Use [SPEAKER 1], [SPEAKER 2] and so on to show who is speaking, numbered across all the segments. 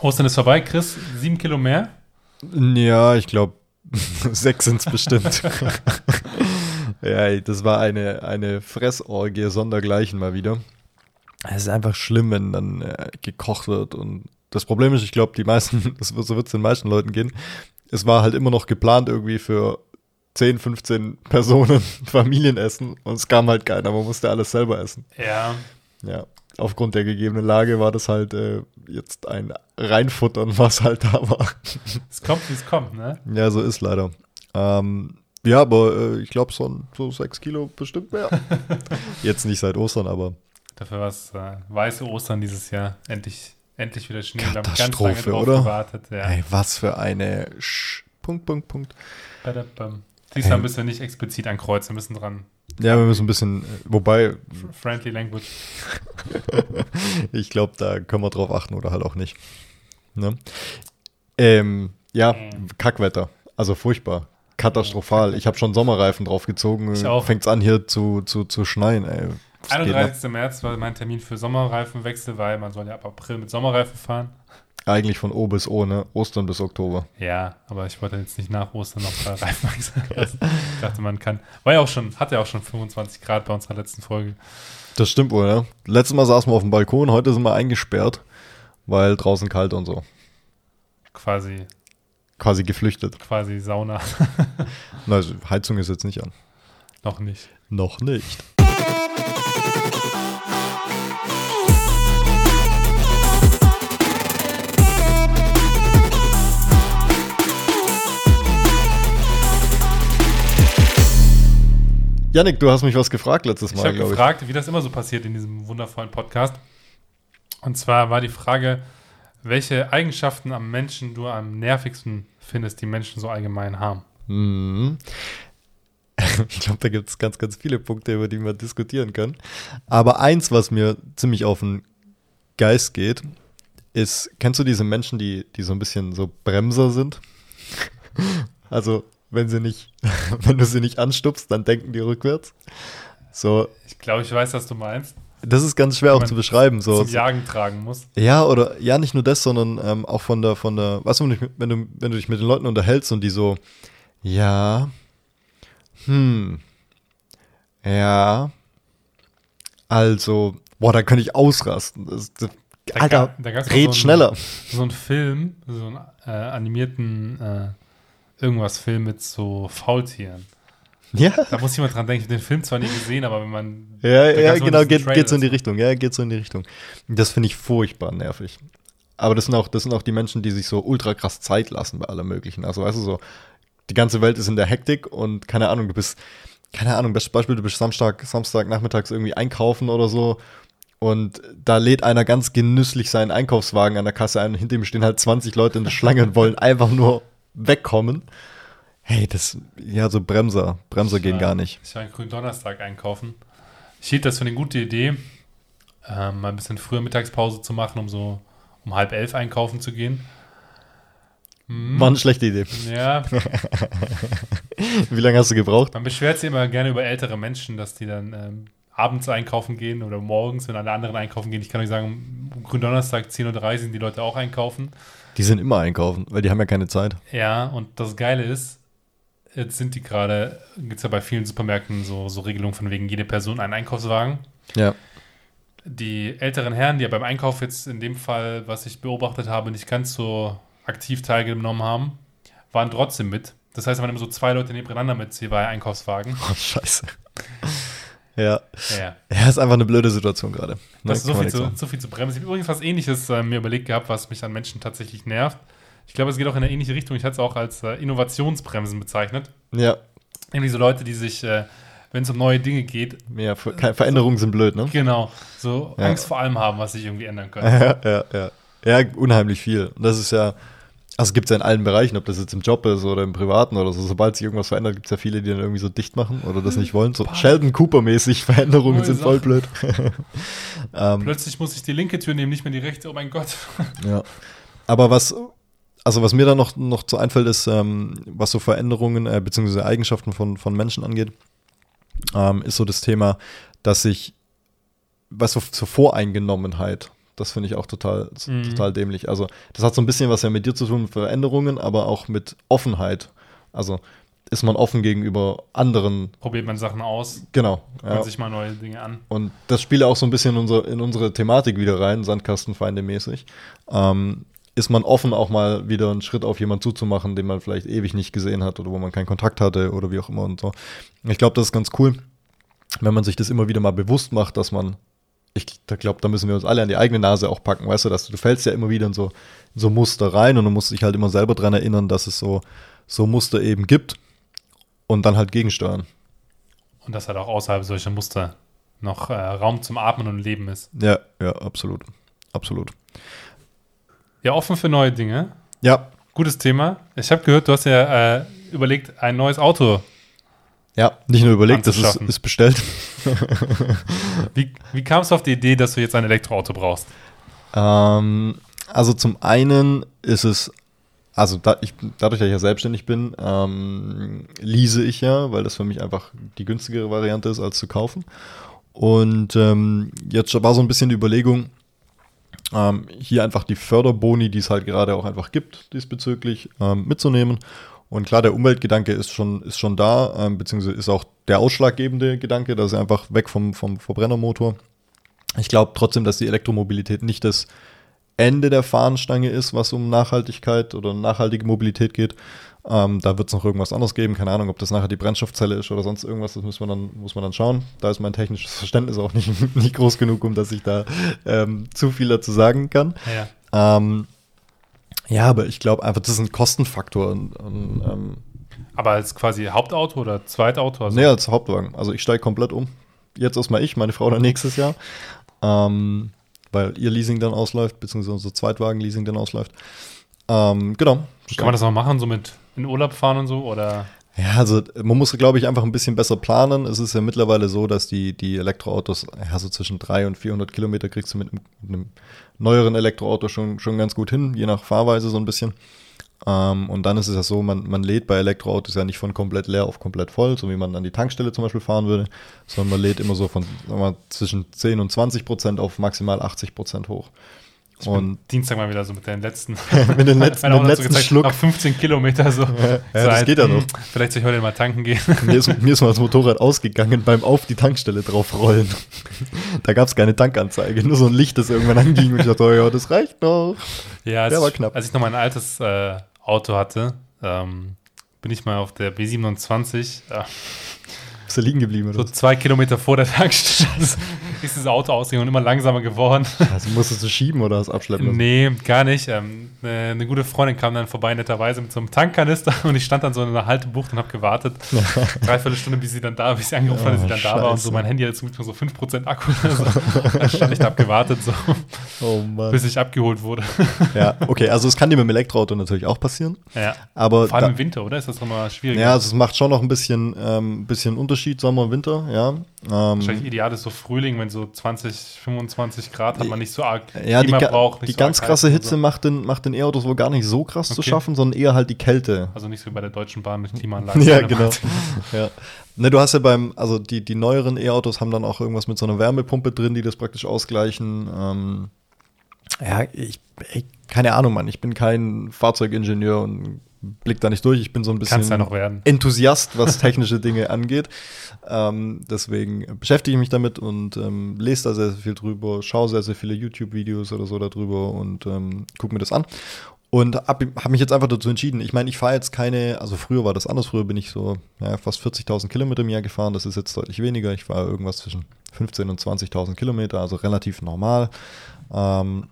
[SPEAKER 1] Ostern ist vorbei, Chris, sieben Kilo mehr.
[SPEAKER 2] Ja, ich glaube, sechs sind es bestimmt. ja, das war eine, eine Fressorgie sondergleichen mal wieder. Es ist einfach schlimm, wenn dann äh, gekocht wird. Und das Problem ist, ich glaube, die meisten, das wird, so wird es den meisten Leuten gehen, es war halt immer noch geplant irgendwie für 10, 15 Personen Familienessen und es kam halt keiner, man musste alles selber essen.
[SPEAKER 1] Ja.
[SPEAKER 2] Ja, aufgrund der gegebenen Lage war das halt äh, jetzt ein Reinfuttern, was halt da war.
[SPEAKER 1] Es kommt, wie es kommt, ne?
[SPEAKER 2] Ja, so ist leider. Ähm, ja, aber äh, ich glaube, so, so sechs Kilo bestimmt mehr. jetzt nicht seit Ostern, aber
[SPEAKER 1] Dafür war es äh, weiße Ostern dieses Jahr. Endlich, endlich wieder Schnee. Wir haben
[SPEAKER 2] Katastrophe, oder?
[SPEAKER 1] gewartet. Ja.
[SPEAKER 2] ey, was für eine Sch Punkt, Punkt, Punkt.
[SPEAKER 1] Badabam. Diesmal
[SPEAKER 2] Ey.
[SPEAKER 1] müssen wir nicht explizit ankreuzen, wir müssen dran.
[SPEAKER 2] Ja, wir müssen ein bisschen, äh, wobei,
[SPEAKER 1] F- Friendly Language.
[SPEAKER 2] ich glaube, da können wir drauf achten oder halt auch nicht. Ne? Ähm, ja,
[SPEAKER 1] Mhm.
[SPEAKER 2] Kackwetter. Also furchtbar. Katastrophal. Ich habe schon Sommerreifen draufgezogen.
[SPEAKER 1] Ich auch.
[SPEAKER 2] Fängt's an hier zu, zu, zu schneien, ey. Was geht ab?
[SPEAKER 1] 31. März war mein Termin für Sommerreifenwechsel, weil man soll ja ab April mit Sommerreifen fahren.
[SPEAKER 2] Eigentlich von O bis O, ne? Ostern bis Oktober.
[SPEAKER 1] Ja, aber ich wollte jetzt nicht nach Ostern noch äh, Reifen wechseln lassen. Ich dachte, man kann. War ja auch schon, hat ja auch schon 25 Grad bei unserer letzten Folge.
[SPEAKER 2] Das stimmt wohl, ne? Letztes Mal saßen wir auf dem Balkon, heute sind wir eingesperrt, weil draußen kalt und so.
[SPEAKER 1] Quasi,
[SPEAKER 2] Quasi geflüchtet.
[SPEAKER 1] quasi Sauna.
[SPEAKER 2] Na, Also Heizung ist jetzt nicht an.
[SPEAKER 1] noch nicht.
[SPEAKER 2] Noch nicht. Janik, du hast mich was gefragt letztes
[SPEAKER 1] Ich
[SPEAKER 2] Mal,
[SPEAKER 1] habe
[SPEAKER 2] glaube ich.
[SPEAKER 1] gefragt, wie das immer so passiert in diesem wundervollen Podcast. Und zwar war die Frage, welche Eigenschaften am Menschen du am nervigsten findest, die Menschen so allgemein haben.
[SPEAKER 2] Mhm. Ich glaube, da gibt es ganz, ganz viele Punkte, über die man diskutieren kann. Aber eins, was mir ziemlich auf den Geist geht, ist, kennst du diese Menschen, die, die so ein bisschen so Bremser sind? Also, wenn sie nicht, wenn du sie nicht anstupst, dann denken die rückwärts. So,
[SPEAKER 1] Ich glaube, ich weiß, was du meinst.
[SPEAKER 2] das ist ganz schwer auch
[SPEAKER 1] man
[SPEAKER 2] zu beschreiben. So,
[SPEAKER 1] Zum Jagen tragen muss.
[SPEAKER 2] ja, oder ja, nicht nur das, sondern ähm, auch von der, von der, weißt du, wenn du, wenn du, wenn du dich mit den Leuten unterhältst und die so, ja, hm, ja, also, boah, da könnte ich ausrasten. Das, das,
[SPEAKER 1] Da
[SPEAKER 2] Alter,
[SPEAKER 1] ga- da gab's mal
[SPEAKER 2] red
[SPEAKER 1] so ein-
[SPEAKER 2] schneller.
[SPEAKER 1] So ein Film, so einen äh, animierten äh, irgendwas Film mit so Faultieren.
[SPEAKER 2] Ja,
[SPEAKER 1] Da muss jemand dran denken. Ich habe den Film zwar nie gesehen, aber wenn man.
[SPEAKER 2] ja,
[SPEAKER 1] da
[SPEAKER 2] ja,
[SPEAKER 1] gab's mal
[SPEAKER 2] genau,
[SPEAKER 1] diesen
[SPEAKER 2] geht, geht so in die
[SPEAKER 1] Trailer.
[SPEAKER 2] Richtung, ja, geht so in die Richtung. Das finde ich furchtbar nervig. Aber das sind auch, das sind auch die Menschen, die sich so ultra krass Zeit lassen bei allem Möglichen. Also, weißt du, so, die ganze Welt ist in der Hektik und keine Ahnung, du bist, keine Ahnung, bestes Beispiel, du bist Samstag, Samstagnachmittags irgendwie einkaufen oder so und da lädt einer ganz genüsslich seinen Einkaufswagen an der Kasse ein und hinter ihm stehen halt 20 Leute in der Schlange und wollen einfach nur wegkommen. Hey, das, ja, so Bremser, Bremser gehen
[SPEAKER 1] Ja.
[SPEAKER 2] gar nicht.
[SPEAKER 1] Ich war einen grünen Donnerstag einkaufen. Ich hielt das für eine gute Idee, ähm, mal ein bisschen früher Mittagspause zu machen, um so um halb elf einkaufen zu gehen. Hm,
[SPEAKER 2] War eine schlechte Idee.
[SPEAKER 1] Ja,
[SPEAKER 2] Wie lange hast du gebraucht?
[SPEAKER 1] man beschwert sich immer gerne über ältere Menschen, dass die dann ähm, abends einkaufen gehen oder morgens, wenn alle anderen einkaufen gehen. Ich kann euch sagen, um Gründonnerstag 10.30 Uhr sind die Leute auch einkaufen.
[SPEAKER 2] Die sind immer einkaufen, weil die haben ja keine Zeit.
[SPEAKER 1] Ja, und das Geile ist, jetzt sind die gerade, gibt es ja bei vielen Supermärkten so, so Regelungen von wegen jede Person einen Einkaufswagen.
[SPEAKER 2] Ja.
[SPEAKER 1] die älteren Herren, die ja beim Einkauf jetzt in dem Fall, was ich beobachtet habe, nicht ganz so aktiv teilgenommen haben, waren trotzdem mit. Das heißt, man immer so zwei Leute nebeneinander mit zwei Einkaufswagen.
[SPEAKER 2] Oh, scheiße. Ja.
[SPEAKER 1] Ja, ja.
[SPEAKER 2] Ja, ist einfach eine blöde Situation gerade. Ne,
[SPEAKER 1] Das ist so
[SPEAKER 2] kann
[SPEAKER 1] viel,
[SPEAKER 2] man nix
[SPEAKER 1] zu,
[SPEAKER 2] machen.
[SPEAKER 1] so viel zu bremsen. Ich habe übrigens was Ähnliches äh, mir überlegt gehabt, was mich an Menschen tatsächlich nervt. Ich glaube, es geht auch in eine ähnliche Richtung. Ich hatte es auch als äh, Innovationsbremsen bezeichnet.
[SPEAKER 2] Ja,
[SPEAKER 1] Nämlich so Leute, die sich, äh, wenn es um neue Dinge geht,
[SPEAKER 2] ja Ver keine- Veränderungen sind blöd, ne?
[SPEAKER 1] genau, so
[SPEAKER 2] Ja. Äh,
[SPEAKER 1] Angst vor allem haben, was sich irgendwie ändern könnte.
[SPEAKER 2] Ja, ja, ja. Ja, unheimlich viel. Und das ist ja, also gibt es ja in allen Bereichen, ob das jetzt im Job ist oder im Privaten oder so. Sobald sich irgendwas verändert, gibt es ja viele, die dann irgendwie so dicht machen oder das nicht wollen. So Sheldon Cooper-mäßig, Veränderungen
[SPEAKER 1] Neue
[SPEAKER 2] sind voll blöd. ähm,
[SPEAKER 1] Plötzlich muss ich die linke Tür nehmen, nicht mehr die rechte. Oh mein Gott.
[SPEAKER 2] Ja. Aber was, also was mir da noch, noch zu einfällt, ist, ähm, was so Veränderungen äh, bzw. Eigenschaften von, von Menschen angeht, ähm, ist so das Thema, dass sich, was so, so Voreingenommenheit Das finde ich auch total,
[SPEAKER 1] Mhm.
[SPEAKER 2] total dämlich. Also, das hat so ein bisschen was ja mit dir zu tun, mit Veränderungen, aber auch mit Offenheit. Also, ist man offen gegenüber anderen,
[SPEAKER 1] Probiert man Sachen aus,
[SPEAKER 2] genau.
[SPEAKER 1] hört
[SPEAKER 2] Ja.
[SPEAKER 1] sich mal neue Dinge an.
[SPEAKER 2] Und das spielt auch so ein bisschen in unsere, in unsere Thematik wieder rein, Sandkastenfeinde mäßig. Ähm, ist man offen, auch mal wieder einen Schritt auf jemanden zuzumachen, den man vielleicht ewig nicht gesehen hat oder wo man keinen Kontakt hatte oder wie auch immer und so. Ich glaube, das ist ganz cool, wenn man sich das immer wieder mal bewusst macht, dass man, ich da glaube, da müssen wir uns alle an die eigene Nase auch packen, weißt du, dass du, du fällst ja immer wieder in so, in so Muster rein und du musst dich halt immer selber dran erinnern, dass es so, so Muster eben gibt und dann halt gegensteuern.
[SPEAKER 1] Und dass halt auch außerhalb solcher Muster noch äh, Raum zum Atmen und Leben ist.
[SPEAKER 2] Ja, ja, absolut. Absolut.
[SPEAKER 1] Ja, offen für neue Dinge.
[SPEAKER 2] Ja,
[SPEAKER 1] Gutes Thema. Ich habe gehört, du hast ja äh, überlegt, ein neues Auto.
[SPEAKER 2] Ja, nicht nur überlegt, das ist,
[SPEAKER 1] Anzuschaffen.
[SPEAKER 2] ist bestellt.
[SPEAKER 1] Wie, wie kamst du auf die Idee, dass du jetzt ein Elektroauto brauchst?
[SPEAKER 2] Ähm, also zum einen ist es, also da, ich, dadurch, dass ich ja selbstständig bin, ähm, lease ich ja, weil das für mich einfach die günstigere Variante ist, als zu kaufen. Und ähm, jetzt war so ein bisschen die Überlegung, ähm, hier einfach die Förderboni, die es halt gerade auch einfach gibt diesbezüglich, ähm, mitzunehmen. Und klar, der Umweltgedanke ist schon, ist schon da, ähm, beziehungsweise ist auch der ausschlaggebende Gedanke, dass er einfach weg vom, vom Verbrennermotor. Ich glaube trotzdem, dass die Elektromobilität nicht das Ende der Fahnenstange ist, was um Nachhaltigkeit oder nachhaltige Mobilität geht. Ähm, da wird es noch irgendwas anderes geben. Keine Ahnung, ob das nachher die Brennstoffzelle ist oder sonst irgendwas. Das muss man dann, muss man dann schauen. Da ist mein technisches Verständnis auch nicht, nicht groß genug, um dass ich da ähm, zu viel dazu sagen kann.
[SPEAKER 1] Ja.
[SPEAKER 2] Ähm, ja, aber ich glaube einfach, das ist ein Kostenfaktor. Und, und, ähm,
[SPEAKER 1] Aber als quasi Hauptauto oder Zweitauto? Also
[SPEAKER 2] Nee, als Hauptwagen. Also ich steige komplett um. Jetzt erstmal ich, meine Frau dann nächstes Jahr. Ähm, weil ihr Leasing dann ausläuft, beziehungsweise unser Zweitwagen-Leasing dann ausläuft. Ähm, genau.
[SPEAKER 1] Kann man das noch machen, so mit in Urlaub fahren und so? Oder
[SPEAKER 2] Ja, also man muss, glaube ich, einfach ein bisschen besser planen. Es ist ja mittlerweile so, dass die, die Elektroautos, ja, so zwischen 300 und 400 Kilometer kriegst du mit einem, mit einem neueren Elektroauto schon, schon ganz gut hin, je nach Fahrweise so ein bisschen. Ähm, und dann ist es ja so, man, man lädt bei Elektroautos ja nicht von komplett leer auf komplett voll, so wie man an die Tankstelle zum Beispiel fahren würde, sondern man lädt immer so von sagen wir, mal, zwischen 10 und 20 Prozent auf maximal 80 Prozent hoch. Und
[SPEAKER 1] Dienstag mal wieder so mit den letzten,
[SPEAKER 2] mit
[SPEAKER 1] Meine
[SPEAKER 2] den letzten, mit dem
[SPEAKER 1] Augen hat so
[SPEAKER 2] letzten
[SPEAKER 1] gezeigt,
[SPEAKER 2] Schluck
[SPEAKER 1] Nach 15 Kilometer so.
[SPEAKER 2] das geht ja noch.
[SPEAKER 1] hm, Vielleicht soll ich heute mal tanken gehen.
[SPEAKER 2] Mir ist, mir ist mal das Motorrad ausgegangen beim Auf die Tankstelle draufrollen. Da gab es keine Tankanzeige, nur so ein Licht, das irgendwann anging und ich dachte, oh ja, das reicht noch.
[SPEAKER 1] Ja, als,
[SPEAKER 2] Der war
[SPEAKER 1] ich-
[SPEAKER 2] knapp.
[SPEAKER 1] als ich noch mein altes äh, Auto hatte, ähm, bin ich mal auf der B27, äh,
[SPEAKER 2] Ist er liegen geblieben oder
[SPEAKER 1] so
[SPEAKER 2] was?
[SPEAKER 1] zwei Kilometer vor der Tankstelle, ist das Auto ausgegangen und immer langsamer geworden.
[SPEAKER 2] Also musstest du schieben oder hast abschleppen lassen?
[SPEAKER 1] Nee, gar nicht. Ähm, äh, eine gute Freundin kam dann vorbei, netterweise mit so einem Tankkanister und ich stand dann so in einer Haltebucht und habe gewartet. Dreiviertel Stunde, bis sie dann da, bis sie angerufen hat, dass
[SPEAKER 2] Oh,
[SPEAKER 1] sie dann da war und so
[SPEAKER 2] scheiße.
[SPEAKER 1] mein Handy hat zum Glück nur so 5% Akku. oder so. Dann stand ich da, hab gewartet, so,
[SPEAKER 2] Oh Mann.
[SPEAKER 1] bis ich abgeholt wurde.
[SPEAKER 2] Ja, okay, also es kann dir mit dem Elektroauto natürlich auch passieren,
[SPEAKER 1] Ja.
[SPEAKER 2] aber
[SPEAKER 1] Vor allem
[SPEAKER 2] da,
[SPEAKER 1] im Winter, oder? Ist das nochmal schwieriger?
[SPEAKER 2] ja, also es macht schon noch ein bisschen, ähm, bisschen Unterschied, Sommer, Winter, ja. Ähm,
[SPEAKER 1] Wahrscheinlich ideal ist so Frühling, wenn so 20, 25 Grad hat man nicht so arg
[SPEAKER 2] ja, die,
[SPEAKER 1] Klima
[SPEAKER 2] ga-
[SPEAKER 1] braucht, nicht
[SPEAKER 2] die
[SPEAKER 1] so
[SPEAKER 2] ganz
[SPEAKER 1] arg
[SPEAKER 2] krasse
[SPEAKER 1] heiß und
[SPEAKER 2] Hitze
[SPEAKER 1] So.
[SPEAKER 2] macht den, macht den E-Autos wohl gar nicht so krass zu
[SPEAKER 1] Okay.
[SPEAKER 2] schaffen, sondern eher halt die Kälte.
[SPEAKER 1] Also nicht so wie bei der Deutschen Bahn mit Klimaanlagen.
[SPEAKER 2] Ja, genau. ja. Ne, du hast ja beim, also die, die neueren E-Autos haben dann auch irgendwas mit so einer Wärmepumpe drin, die das praktisch ausgleichen. Ähm, ja, ich, ey, keine Ahnung, Mann. Ich bin kein Fahrzeugingenieur und blick da nicht durch. Ich bin so ein bisschen
[SPEAKER 1] Kann's ja noch werden.
[SPEAKER 2] Enthusiast, was technische Dinge angeht. Ähm, deswegen beschäftige ich mich damit und ähm, lese da sehr, sehr viel drüber, schaue sehr, sehr viele YouTube-Videos oder so darüber und ähm, gucke mir das an. Und habe hab mich jetzt einfach dazu entschieden. Ich meine, ich fahre jetzt keine, also früher war das anders, früher bin ich so ja, fast 40.000 Kilometer im Jahr gefahren, das ist jetzt deutlich weniger. Ich war irgendwas zwischen 15.000 und 20.000 Kilometer, also relativ normal. Ähm,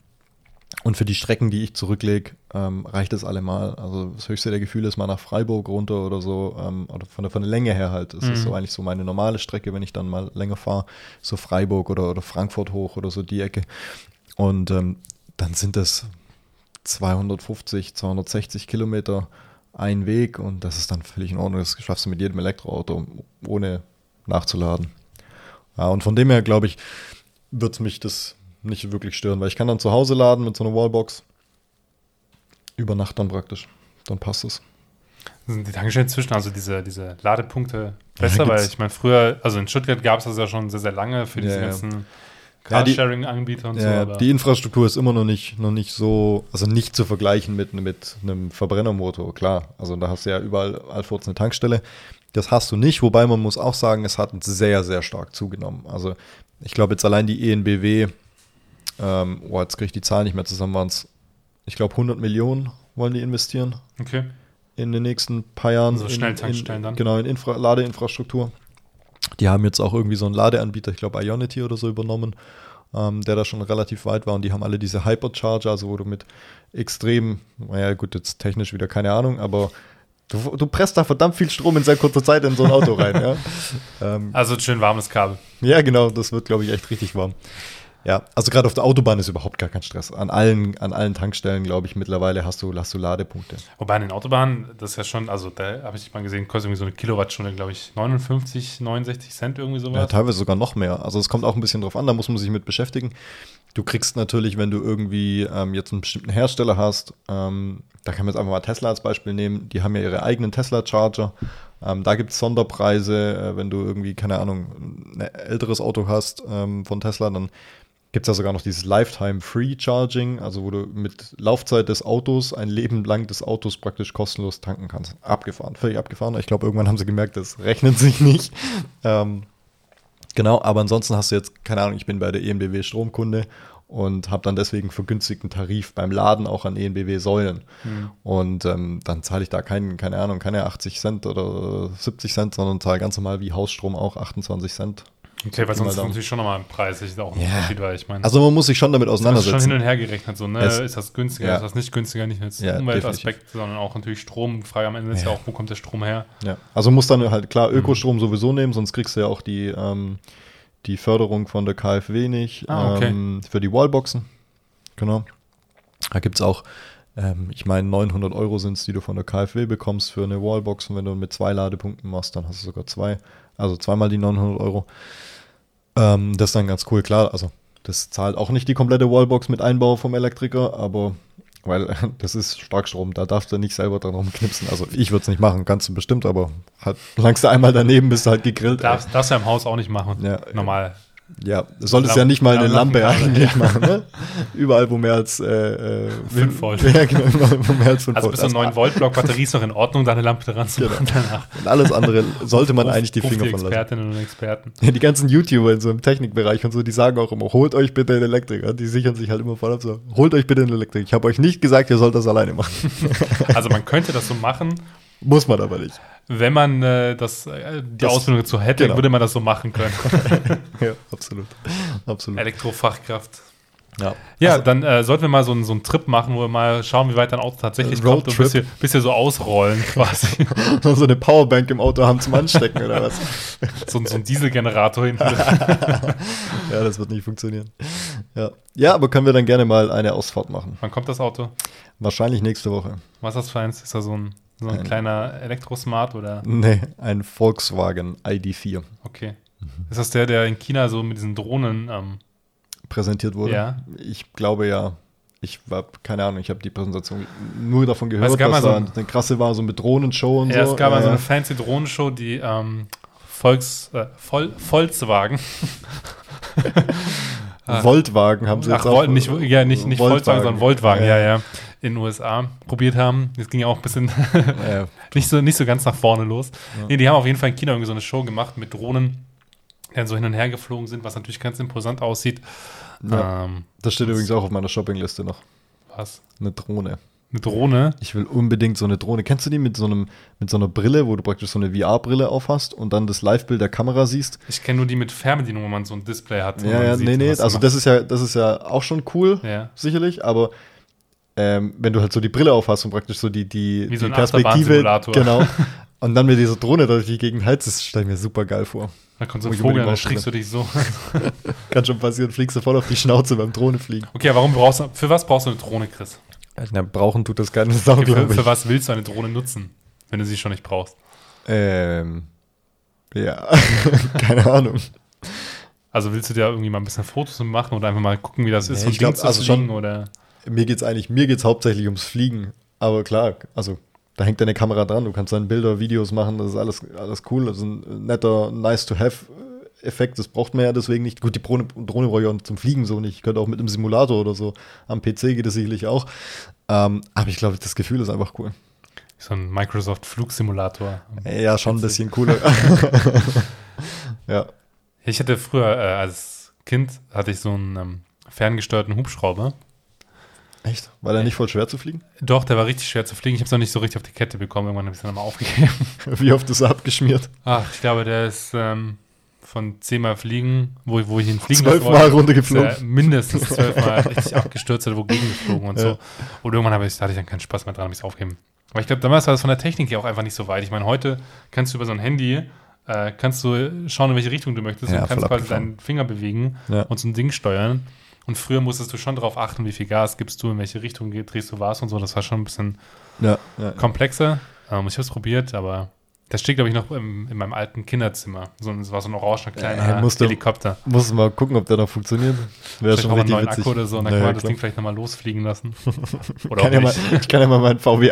[SPEAKER 2] und für die Strecken, die ich zurücklege, ähm, reicht es allemal. Also das höchste der Gefühle ist mal nach Freiburg runter oder so. Ähm, oder von der, von der Länge her halt. Das ist
[SPEAKER 1] Mhm.
[SPEAKER 2] so eigentlich so meine normale Strecke, wenn ich dann mal länger fahre. So Freiburg oder, oder Frankfurt hoch oder so die Ecke. Und ähm, dann sind das 250, 260 Kilometer ein Weg. Und das ist dann völlig in Ordnung. Das schaffst du mit jedem Elektroauto, ohne nachzuladen. Ja, und von dem her, glaube ich, wird mich das nicht wirklich stören, weil ich kann dann zu Hause laden mit so einer Wallbox. Über Nacht dann praktisch. Dann passt es.
[SPEAKER 1] Sind die Tankstellen zwischen, also diese, diese Ladepunkte
[SPEAKER 2] Ja,
[SPEAKER 1] besser, weil
[SPEAKER 2] gibt's.
[SPEAKER 1] ich meine, früher, also in Stuttgart gab es das ja schon sehr, sehr lange für diese
[SPEAKER 2] Ja, ja.
[SPEAKER 1] ganzen
[SPEAKER 2] Ja, die-
[SPEAKER 1] Carsharing-Anbieter und so.
[SPEAKER 2] Ja,
[SPEAKER 1] aber-
[SPEAKER 2] die Infrastruktur ist immer noch nicht, noch nicht so, also nicht zu vergleichen mit, mit einem Verbrennermotor, klar. Also da hast du ja überall Alfords eine Tankstelle. Das hast du nicht, wobei man muss auch sagen, es hat sehr, sehr stark zugenommen. Also ich glaube jetzt allein die E ENBW, ähm, oh, jetzt kriege ich die Zahl nicht mehr zusammen, waren es, ich glaube 100 Millionen wollen die investieren
[SPEAKER 1] okay.
[SPEAKER 2] in den nächsten paar Jahren.
[SPEAKER 1] Also
[SPEAKER 2] in-
[SPEAKER 1] Schnelltankstellen
[SPEAKER 2] in,
[SPEAKER 1] dann.
[SPEAKER 2] Genau, in Infra Ladeinfrastruktur. Die haben jetzt auch irgendwie so einen Ladeanbieter, ich glaube Ionity oder so übernommen, ähm, der da schon relativ weit war. Und die haben alle diese Hypercharger, also wo du mit extrem, naja gut, jetzt technisch wieder keine Ahnung, aber du, du presst da verdammt viel Strom in sehr kurzer Zeit in so ein Auto rein. ja. Ähm,
[SPEAKER 1] Also ein schön warmes Kabel.
[SPEAKER 2] ja, genau, das wird, glaube ich, echt richtig warm. Ja, also gerade auf der Autobahn ist überhaupt gar kein Stress. An allen, an allen Tankstellen, glaube ich, mittlerweile hast du, hast du Ladepunkte.
[SPEAKER 1] Wobei an den Autobahnen, das ist ja schon, also da habe ich mal gesehen, kostet irgendwie so eine Kilowattstunde, glaube ich, 59, 69 Cent irgendwie
[SPEAKER 2] Ja,
[SPEAKER 1] sowas.
[SPEAKER 2] teilweise sogar noch mehr. Also es kommt auch ein bisschen drauf an, da muss man sich mit beschäftigen. Du kriegst natürlich, wenn du irgendwie ähm, jetzt einen bestimmten Hersteller hast, ähm, da kann man jetzt einfach mal Tesla als Beispiel nehmen, die haben ja ihre eigenen Tesla-Charger. Ähm, da gibt es Sonderpreise, äh, wenn du irgendwie, keine Ahnung, ein älteres Auto hast ähm, von Tesla, dann gibt es ja sogar noch dieses Lifetime Free Charging, also wo du mit Laufzeit des Autos ein Leben lang des Autos praktisch kostenlos tanken kannst. Abgefahren, völlig abgefahren. Ich glaube, irgendwann haben sie gemerkt, das rechnet sich nicht. Ähm, Genau, aber ansonsten hast du jetzt, keine Ahnung, ich bin bei der E ENBW Stromkunde und habe dann deswegen vergünstigten Tarif beim Laden auch an E ENBW Säulen.
[SPEAKER 1] Hm.
[SPEAKER 2] Und ähm, dann zahle ich da keinen, keine Ahnung, keine 80 Cent oder 70 Cent, sondern zahle ganz normal wie Hausstrom auch 28 Cent.
[SPEAKER 1] okay, weil
[SPEAKER 2] Pi mal
[SPEAKER 1] sonst ist
[SPEAKER 2] Daumen.
[SPEAKER 1] natürlich schon nochmal ein Preis, ist auch ein
[SPEAKER 2] Ja.
[SPEAKER 1] Unterschied, weil ich meine,
[SPEAKER 2] Also man muss sich schon damit
[SPEAKER 1] das ist schon hin
[SPEAKER 2] auseinandersetzen.
[SPEAKER 1] und her gerechnet, so, ne?
[SPEAKER 2] Es-
[SPEAKER 1] ist das günstiger,
[SPEAKER 2] Ja.
[SPEAKER 1] ist das nicht günstiger, nicht nur jetzt
[SPEAKER 2] Ja,
[SPEAKER 1] Umweltaspekt, sondern auch natürlich Strom. Frage am Ende ist ja. auch, wo kommt der Strom her?
[SPEAKER 2] Ja. Also muss dann halt klar
[SPEAKER 1] Mhm.
[SPEAKER 2] Ökostrom sowieso nehmen, sonst kriegst du ja auch die, ähm, die Förderung von der KfW nicht
[SPEAKER 1] Ah, okay.
[SPEAKER 2] ähm, für die Wallboxen. Genau. Da gibt es auch, ähm, ich meine, 900 Euro sind es, die du von der KfW bekommst für eine Wallbox. Und wenn du mit zwei Ladepunkten machst, dann hast du sogar zwei. Also zweimal die 900 Euro. Ähm, das ist dann ganz cool. Klar, also das zahlt auch nicht die komplette Wallbox mit Einbau vom Elektriker, aber weil äh, das ist Starkstrom, da darfst du nicht selber dran rumknipsen. Also ich würde es nicht machen, kannst du bestimmt, aber halt, langst du einmal daneben, bist du halt gegrillt.
[SPEAKER 1] Darfst darfst du ja im Haus auch nicht machen.
[SPEAKER 2] Ja.
[SPEAKER 1] Normal.
[SPEAKER 2] Ja, du solltest
[SPEAKER 1] Lam-
[SPEAKER 2] ja nicht mal eine
[SPEAKER 1] Lam-
[SPEAKER 2] Lampe
[SPEAKER 1] Lampenkabel,
[SPEAKER 2] eigentlich machen. Ne? Überall, wo mehr als äh, äh,
[SPEAKER 1] Fünf Volt.
[SPEAKER 2] Ja, genau, überall, wo mehr als 5
[SPEAKER 1] Also
[SPEAKER 2] Volt.
[SPEAKER 1] bis zu 9 Volt Block Batterie ist noch in Ordnung, da eine Lampe dran zu machen. Danach
[SPEAKER 2] Und alles andere sollte Genau. man eigentlich die
[SPEAKER 1] ruft
[SPEAKER 2] Finger
[SPEAKER 1] die
[SPEAKER 2] von lassen.
[SPEAKER 1] Expertinnen und Experten.
[SPEAKER 2] Ja, die ganzen YouTuber in so einem Technikbereich und so, die sagen auch immer, holt euch bitte einen Elektriker. Die sichern sich halt immer voll ab, so, holt euch bitte einen Elektriker. Ich habe euch nicht gesagt, ihr sollt das alleine machen.
[SPEAKER 1] Also man könnte das so machen,
[SPEAKER 2] Muss man aber nicht.
[SPEAKER 1] wenn man äh, das, äh, die
[SPEAKER 2] Das-
[SPEAKER 1] Ausbildung dazu hätte,
[SPEAKER 2] genau.
[SPEAKER 1] würde man das so machen können.
[SPEAKER 2] Ja, absolut. Absolut.
[SPEAKER 1] Elektrofachkraft.
[SPEAKER 2] Ja.
[SPEAKER 1] Ja, dann äh, sollten wir mal so, einen- so einen Trip machen, wo wir mal schauen, wie weit ein Auto tatsächlich
[SPEAKER 2] Äh,
[SPEAKER 1] kommt und ein
[SPEAKER 2] Roadtrip.
[SPEAKER 1] bisschen, bisschen so ausrollen quasi.
[SPEAKER 2] Also, so eine Powerbank im Auto haben zum Anstecken oder was?
[SPEAKER 1] so, so ein Dieselgenerator hinten.
[SPEAKER 2] Ja, das wird nicht funktionieren. Ja. ja, aber können wir dann gerne mal eine Ausfahrt machen.
[SPEAKER 1] Wann kommt das Auto?
[SPEAKER 2] Wahrscheinlich nächste Woche.
[SPEAKER 1] Was ist das für eins? Ist da so ein, so ein
[SPEAKER 2] Ein-
[SPEAKER 1] kleiner Elektrosmart oder?
[SPEAKER 2] Nee, ein Volkswagen ID4
[SPEAKER 1] Okay. Ist das der, der in China so mit diesen Drohnen ähm,
[SPEAKER 2] präsentiert wurde.
[SPEAKER 1] Ja.
[SPEAKER 2] Ich glaube ja. Ich hab keine Ahnung, ich habe die Präsentation nur davon gehört,
[SPEAKER 1] Es gab
[SPEAKER 2] dass
[SPEAKER 1] mal so
[SPEAKER 2] da
[SPEAKER 1] ein-
[SPEAKER 2] eine krasse war, so mit Drohnenshow und
[SPEAKER 1] Ja,
[SPEAKER 2] so. Äh,
[SPEAKER 1] es gab mal so
[SPEAKER 2] ja.
[SPEAKER 1] eine fancy Drohnenshow, die ähm, Volks, äh, Vol Volkswagen,
[SPEAKER 2] ja. Voltwagen haben sie
[SPEAKER 1] ach,
[SPEAKER 2] jetzt auch.
[SPEAKER 1] Vol nicht, ja, nicht, nicht Volkswagen, sondern Voltwagen, ja,
[SPEAKER 2] Ja.
[SPEAKER 1] ja, in den USA probiert haben. Das ging ja auch ein bisschen
[SPEAKER 2] Ja.
[SPEAKER 1] nicht, so, nicht so ganz nach vorne los.
[SPEAKER 2] Ja.
[SPEAKER 1] Nee, die haben auf jeden Fall in China irgendwie so eine Show gemacht mit Drohnen, die dann so hin und her geflogen sind, was natürlich ganz imposant aussieht.
[SPEAKER 2] Ja.
[SPEAKER 1] Ähm,
[SPEAKER 2] Das steht übrigens auch auf meiner Shoppingliste noch.
[SPEAKER 1] was?
[SPEAKER 2] Eine Drohne.
[SPEAKER 1] Eine Drohne?
[SPEAKER 2] Ich will unbedingt so eine Drohne. Kennst du die mit so, einem, mit so einer Brille, wo du praktisch so eine VR-Brille aufhast und dann das Live-Bild der Kamera siehst?
[SPEAKER 1] Ich kenne nur die mit Fernbedienung, wo man so ein Display hat. wo
[SPEAKER 2] Ja,
[SPEAKER 1] man
[SPEAKER 2] ja,
[SPEAKER 1] sieht,
[SPEAKER 2] nee, nee.
[SPEAKER 1] was
[SPEAKER 2] Also
[SPEAKER 1] macht.
[SPEAKER 2] das ist ja, das ist ja auch schon cool,
[SPEAKER 1] Ja.
[SPEAKER 2] sicherlich, aber ähm, wenn du halt so die Brille aufhast und praktisch so die, die,
[SPEAKER 1] Wie so
[SPEAKER 2] die
[SPEAKER 1] ein Achterbahnsimulator.
[SPEAKER 2] Genau. und dann mit dieser Drohne durch die Gegend heizt, das stelle ich mir super geil vor.
[SPEAKER 1] Da kommt so
[SPEAKER 2] Wo
[SPEAKER 1] ein
[SPEAKER 2] ich unbedingt
[SPEAKER 1] Vogel, dann
[SPEAKER 2] raus will.
[SPEAKER 1] schriekst du dich so.
[SPEAKER 2] Kann schon passieren, fliegst du voll auf die Schnauze beim Drohnefliegen.
[SPEAKER 1] Okay, warum brauchst du, für was brauchst du eine Drohne, Chris?
[SPEAKER 2] Na, brauchen tut das keine Sau,
[SPEAKER 1] Okay, für,
[SPEAKER 2] glaube
[SPEAKER 1] für
[SPEAKER 2] ich.
[SPEAKER 1] was willst du eine Drohne nutzen, wenn du sie schon nicht brauchst?
[SPEAKER 2] Ähm, ja, keine Ahnung.
[SPEAKER 1] Also willst du dir irgendwie mal ein bisschen Fotos machen oder einfach mal gucken, wie das ist,
[SPEAKER 2] Nee,
[SPEAKER 1] so ein
[SPEAKER 2] ich
[SPEAKER 1] Ding
[SPEAKER 2] glaub,
[SPEAKER 1] zu
[SPEAKER 2] also
[SPEAKER 1] fliegen
[SPEAKER 2] schon-
[SPEAKER 1] oder?
[SPEAKER 2] Mir geht's eigentlich, mir geht's hauptsächlich ums Fliegen. Aber klar, also da hängt deine Kamera dran, du kannst dann Bilder, Videos machen, das ist alles, alles cool, das ist ein netter, nice to have äh, Effekt, das braucht man ja deswegen nicht. Gut, die Drohne, Drohne brauche ich auch zum Fliegen so nicht. Ich könnte auch mit einem Simulator oder so. Am PC geht es sicherlich auch. Ähm, aber ich glaube, das Gefühl ist einfach cool.
[SPEAKER 1] So ein Microsoft-Flugsimulator.
[SPEAKER 2] Ja, schon ein bisschen cooler. ja.
[SPEAKER 1] Ich hatte früher äh, als Kind hatte ich so einen ähm, ferngesteuerten Hubschrauber.
[SPEAKER 2] Echt? War der nicht voll schwer zu fliegen?
[SPEAKER 1] Doch, der war richtig schwer zu fliegen. Ich habe es noch nicht so richtig auf die Kette bekommen. Irgendwann habe ich es dann mal aufgegeben.
[SPEAKER 2] Wie oft ist er abgeschmiert?
[SPEAKER 1] Ach, ich glaube, der ist ähm, von zehnmal Fliegen, wo, wo ich ihn fliegen lassen
[SPEAKER 2] Zwölfmal
[SPEAKER 1] wollte,
[SPEAKER 2] runtergeflogen.
[SPEAKER 1] ist er mindestens zwölfmal richtig abgestürzt oder wogegen geflogen und so. Und irgendwann habe ich, da hatte ich dann keinen Spaß mehr dran, habe ich es aufgeben. Aber ich glaube, damals war das von der Technik her auch einfach nicht so weit. Ich meine, heute kannst du über so ein Handy äh, kannst du schauen, in welche Richtung du möchtest
[SPEAKER 2] Ja,
[SPEAKER 1] und kannst
[SPEAKER 2] voll
[SPEAKER 1] quasi
[SPEAKER 2] abgefahren.
[SPEAKER 1] deinen Finger bewegen
[SPEAKER 2] Ja.
[SPEAKER 1] und so ein Ding steuern. Und früher musstest du schon darauf achten, wie viel Gas gibst du, in welche Richtung geh- drehst du was und so. Das war schon ein bisschen
[SPEAKER 2] Ja. ja.
[SPEAKER 1] komplexer. Ähm, ich habe es probiert, aber das steht, glaube ich, noch im, in meinem alten Kinderzimmer. So, ein- es war so ein orangener kleiner
[SPEAKER 2] Äh, musst du-
[SPEAKER 1] Helikopter.
[SPEAKER 2] Muss mal gucken, ob der noch funktioniert. Wäre
[SPEAKER 1] Vielleicht
[SPEAKER 2] schon
[SPEAKER 1] braucht man einen
[SPEAKER 2] richtig
[SPEAKER 1] neuen
[SPEAKER 2] witzig.
[SPEAKER 1] Akku oder so und dann
[SPEAKER 2] Naja,
[SPEAKER 1] kann man das
[SPEAKER 2] klar.
[SPEAKER 1] Ding vielleicht nochmal losfliegen lassen. Oder
[SPEAKER 2] kann ja
[SPEAKER 1] auch
[SPEAKER 2] mal,
[SPEAKER 1] nicht.
[SPEAKER 2] ich kann ja mal meinen VW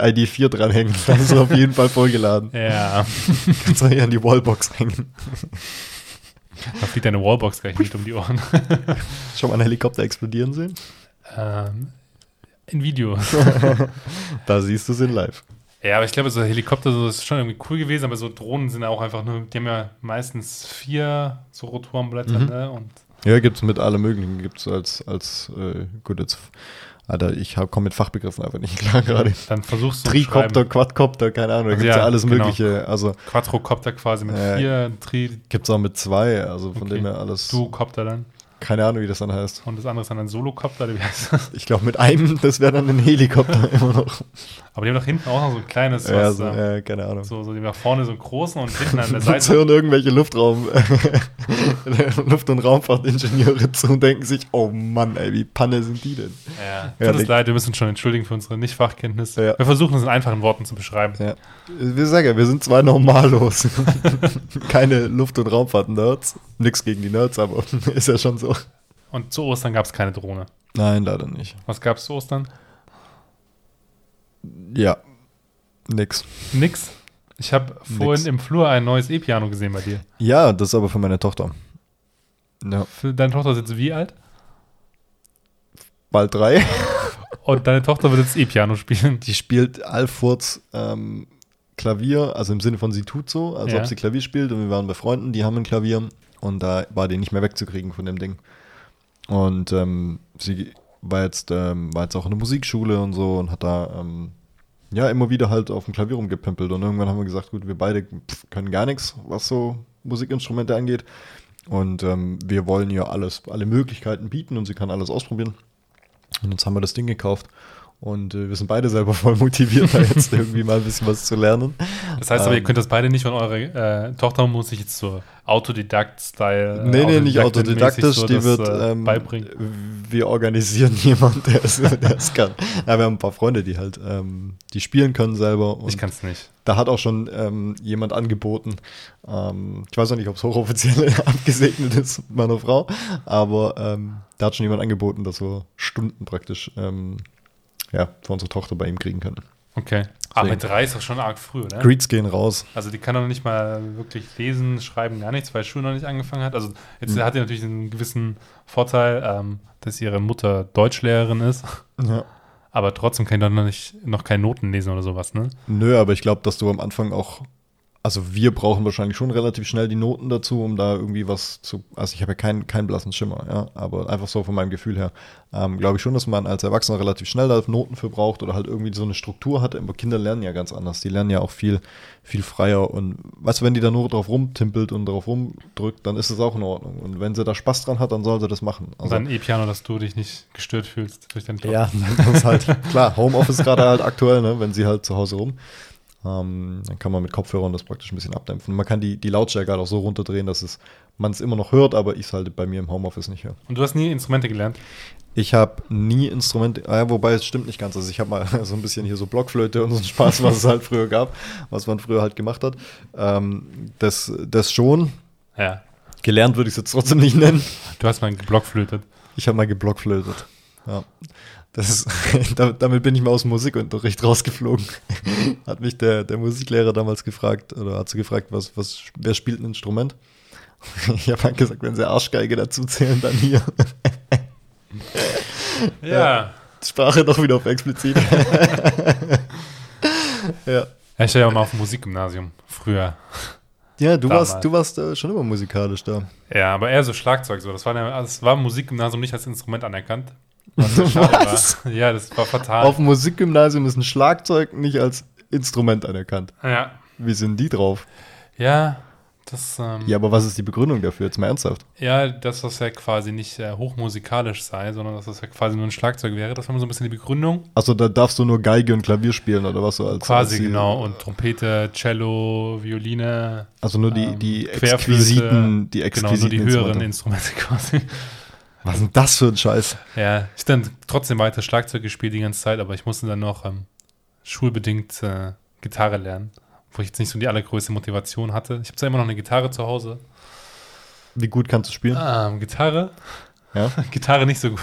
[SPEAKER 2] ID4 dranhängen. Das ist auf jeden Fall vollgeladen.
[SPEAKER 1] Ja,
[SPEAKER 2] Kannst du hier an die Wallbox hängen.
[SPEAKER 1] da fliegt deine Wallbox gleich nicht um die Ohren.
[SPEAKER 2] Schon mal einen Helikopter explodieren sehen?
[SPEAKER 1] ähm, in Video.
[SPEAKER 2] Da siehst du es in live.
[SPEAKER 1] Ja, aber ich glaube, so Helikopter so ist schon irgendwie cool gewesen, aber so Drohnen sind auch einfach nur, die haben ja meistens vier so Rotorenblätter,
[SPEAKER 2] Mhm.
[SPEAKER 1] ne? Und
[SPEAKER 2] Ja, gibt's mit allem möglichen. Gibt's als, als, äh, gut, jetzt, Alter, ich komme mit Fachbegriffen einfach nicht klar gerade.
[SPEAKER 1] dann versuchst du zu
[SPEAKER 2] Tricopter,
[SPEAKER 1] schreiben.
[SPEAKER 2] Quadcopter, keine Ahnung, da
[SPEAKER 1] Also
[SPEAKER 2] gibt's ja,
[SPEAKER 1] ja,
[SPEAKER 2] alles
[SPEAKER 1] genau.
[SPEAKER 2] mögliche. Also
[SPEAKER 1] Quadrocopter quasi mit
[SPEAKER 2] Äh,
[SPEAKER 1] vier, Tri
[SPEAKER 2] gibt's auch mit zwei, also von
[SPEAKER 1] Okay.
[SPEAKER 2] dem her alles,
[SPEAKER 1] Duocopter dann.
[SPEAKER 2] keine Ahnung, wie das dann heißt.
[SPEAKER 1] Und das andere ist dann ein Solocopter, oder wie heißt das?
[SPEAKER 2] Ich glaube, mit einem, das wäre dann ein Helikopter immer noch.
[SPEAKER 1] Aber die haben doch hinten auch noch so ein kleines,
[SPEAKER 2] Ja,
[SPEAKER 1] was,
[SPEAKER 2] so,
[SPEAKER 1] äh,
[SPEAKER 2] äh, keine Ahnung.
[SPEAKER 1] so, so, die haben nach vorne so einen großen und hinten an der
[SPEAKER 2] Uns
[SPEAKER 1] Seite.
[SPEAKER 2] hören irgendwelche Luftraum, Luft- und Raumfahrtingenieure zu und denken sich, oh Mann, ey, wie Panne sind die denn?
[SPEAKER 1] Ja, tut
[SPEAKER 2] Ja,
[SPEAKER 1] uns
[SPEAKER 2] die-
[SPEAKER 1] leid, wir müssen uns schon entschuldigen für unsere Nicht-Fachkenntnis.
[SPEAKER 2] Ja.
[SPEAKER 1] Wir versuchen es in einfachen Worten zu beschreiben.
[SPEAKER 2] Ja. Wir sagen ja, wir sind zwei Normalos. keine Luft- und Raumfahrt-Nerds. Nix gegen die Nerds, aber ist ja schon so.
[SPEAKER 1] Und zu Ostern gab es keine Drohne.
[SPEAKER 2] Nein, leider nicht.
[SPEAKER 1] Was gab es zu Ostern?
[SPEAKER 2] Ja. Nix.
[SPEAKER 1] Nix. Ich habe vorhin im Flur ein neues E-Piano gesehen bei dir.
[SPEAKER 2] Ja, das ist aber für meine Tochter. Ja.
[SPEAKER 1] Für deine Tochter ist jetzt wie alt?
[SPEAKER 2] Bald drei.
[SPEAKER 1] Und deine Tochter wird jetzt E-Piano spielen.
[SPEAKER 2] Die spielt Alfurz ähm, Klavier, also im Sinne von sie tut so, als
[SPEAKER 1] Ja.
[SPEAKER 2] ob sie Klavier spielt. Und wir waren bei Freunden, die haben ein Klavier. Und da war die nicht mehr wegzukriegen von dem Ding. Und ähm, sie war jetzt, ähm, war jetzt auch in der Musikschule und so und hat da ähm, ja immer wieder halt auf dem Klavier rumgepimpelt. Und irgendwann haben wir gesagt, gut, wir beide pff, können gar nichts, was so Musikinstrumente angeht. Und ähm, wir wollen ihr alles, alle Möglichkeiten bieten und sie kann alles ausprobieren. Und jetzt haben wir das Ding gekauft. Und äh, wir sind beide selber voll motiviert, da jetzt irgendwie mal ein bisschen was zu lernen.
[SPEAKER 1] Das heißt aber, ihr
[SPEAKER 2] Ähm.
[SPEAKER 1] könnt das beide nicht, und eure äh, Tochter muss sich jetzt so Autodidakt-Style. äh,
[SPEAKER 2] Nee, nee,
[SPEAKER 1] autodidaktenmäßig
[SPEAKER 2] nicht autodidaktisch.
[SPEAKER 1] so
[SPEAKER 2] die
[SPEAKER 1] das,
[SPEAKER 2] wird
[SPEAKER 1] äh,
[SPEAKER 2] ähm,
[SPEAKER 1] beibringen.
[SPEAKER 2] Wir organisieren jemanden, der es der es kann. Ja, wir haben ein paar Freunde, die halt, ähm, die spielen können selber. Und
[SPEAKER 1] Ich kann es nicht.
[SPEAKER 2] da hat auch schon ähm, jemand angeboten. Ähm, ich weiß noch nicht, ob es hochoffiziell abgesegnet ist, meiner Frau, aber ähm, da hat schon jemand angeboten, dass wir Stunden praktisch ähm, ja, für unsere Tochter bei ihm kriegen können.
[SPEAKER 1] Okay. Aber mit
[SPEAKER 2] Deswegen.
[SPEAKER 1] drei ist doch schon arg früh, ne?
[SPEAKER 2] Greets gehen raus.
[SPEAKER 1] Also die kann doch nicht mal wirklich lesen, schreiben, gar nichts, weil Schule noch nicht angefangen hat. Also
[SPEAKER 2] Hm.
[SPEAKER 1] jetzt hat sie natürlich einen gewissen Vorteil, ähm, dass ihre Mutter Deutschlehrerin ist,
[SPEAKER 2] Ja.
[SPEAKER 1] aber trotzdem kann die doch noch nicht noch keine Noten lesen oder sowas, ne?
[SPEAKER 2] Nö, aber ich glaube, dass du am Anfang auch, also wir brauchen wahrscheinlich schon relativ schnell die Noten dazu, um da irgendwie was zu, also ich habe ja keinen, keinen blassen Schimmer, ja, aber einfach so von meinem Gefühl her, ähm, glaube ich schon, dass man als Erwachsener relativ schnell da Noten für braucht oder halt irgendwie so eine Struktur hat, aber Kinder lernen ja ganz anders, die lernen ja auch viel, viel freier und weißt du, wenn die da nur drauf rumtimpelt und drauf rumdrückt, dann ist es auch in Ordnung und wenn sie da Spaß dran hat, dann soll sie das machen.
[SPEAKER 1] Und
[SPEAKER 2] Also,
[SPEAKER 1] dann E-Piano, dass du dich nicht gestört fühlst durch deinen Job.
[SPEAKER 2] ja, das ist halt klar. Homeoffice gerade halt aktuell, ne, wenn sie halt zu Hause rum. Ähm, dann kann man mit Kopfhörern das praktisch ein bisschen abdämpfen. Man kann die, die Lautstärke halt auch so runterdrehen, dass es, man es immer noch hört, aber ich es halt bei mir im Homeoffice nicht höre.
[SPEAKER 1] Und du hast nie Instrumente gelernt.
[SPEAKER 2] Ich habe nie Instrumente, ah, ja, wobei es stimmt nicht ganz. Also ich habe mal so ein bisschen hier so Blockflöte und so einen Spaß, was es halt früher gab, was man früher halt gemacht hat. Ähm, das, das schon.
[SPEAKER 1] Ja.
[SPEAKER 2] Gelernt würde ich es jetzt trotzdem nicht nennen.
[SPEAKER 1] Du hast mal geblockflötet.
[SPEAKER 2] Ich habe mal geblockflötet. Ja. Das ist, damit, damit bin ich mal aus dem Musikunterricht rausgeflogen. Hat mich der, der Musiklehrer damals gefragt, oder hat sie gefragt, was, was, wer spielt ein Instrument? Ich habe halt gesagt, wenn sie Arschgeige dazu zählen, dann hier.
[SPEAKER 1] Ja.
[SPEAKER 2] Sprache doch wieder auf explizit. ja.
[SPEAKER 1] ja. Ich war ja auch mal auf dem Musikgymnasium früher.
[SPEAKER 2] Ja, du
[SPEAKER 1] Damals.
[SPEAKER 2] warst, du warst äh, schon immer musikalisch da.
[SPEAKER 1] Ja, aber eher so Schlagzeug so. Das war, ja- das war im Musikgymnasium nicht als Instrument anerkannt. Was? sehr schade
[SPEAKER 2] Was?
[SPEAKER 1] War. Ja, das war fatal.
[SPEAKER 2] Auf dem Musikgymnasium ist ein Schlagzeug nicht als Instrument anerkannt.
[SPEAKER 1] ja.
[SPEAKER 2] Wie sind die drauf?
[SPEAKER 1] ja, das, ähm,
[SPEAKER 2] Ja, aber was ist die Begründung dafür? Jetzt mal ernsthaft.
[SPEAKER 1] ja, dass das ja quasi nicht äh, hochmusikalisch sei, sondern dass das ja quasi nur ein Schlagzeug wäre. Das war immer so ein bisschen die Begründung.
[SPEAKER 2] Also da darfst du nur Geige und Klavier spielen oder was so als
[SPEAKER 1] Quasi,
[SPEAKER 2] als die-
[SPEAKER 1] genau. Und Trompete, Cello, Violine.
[SPEAKER 2] Also nur die,
[SPEAKER 1] ähm,
[SPEAKER 2] die
[SPEAKER 1] Querflöte.
[SPEAKER 2] exquisiten, die
[SPEAKER 1] Genau, nur
[SPEAKER 2] exquisiten
[SPEAKER 1] die höheren
[SPEAKER 2] Instrumente.
[SPEAKER 1] Instrumente quasi.
[SPEAKER 2] Was ist denn das für ein Scheiß?
[SPEAKER 1] Ja, ich dann trotzdem weiter Schlagzeug gespielt die ganze Zeit, aber ich musste dann noch ähm, schulbedingt äh, Gitarre lernen, wo ich jetzt nicht so die allergrößte Motivation hatte. Ich habe zwar immer noch eine Gitarre zu Hause.
[SPEAKER 2] Wie gut kannst du spielen?
[SPEAKER 1] Ähm, Gitarre?
[SPEAKER 2] Ja.
[SPEAKER 1] Gitarre nicht so gut.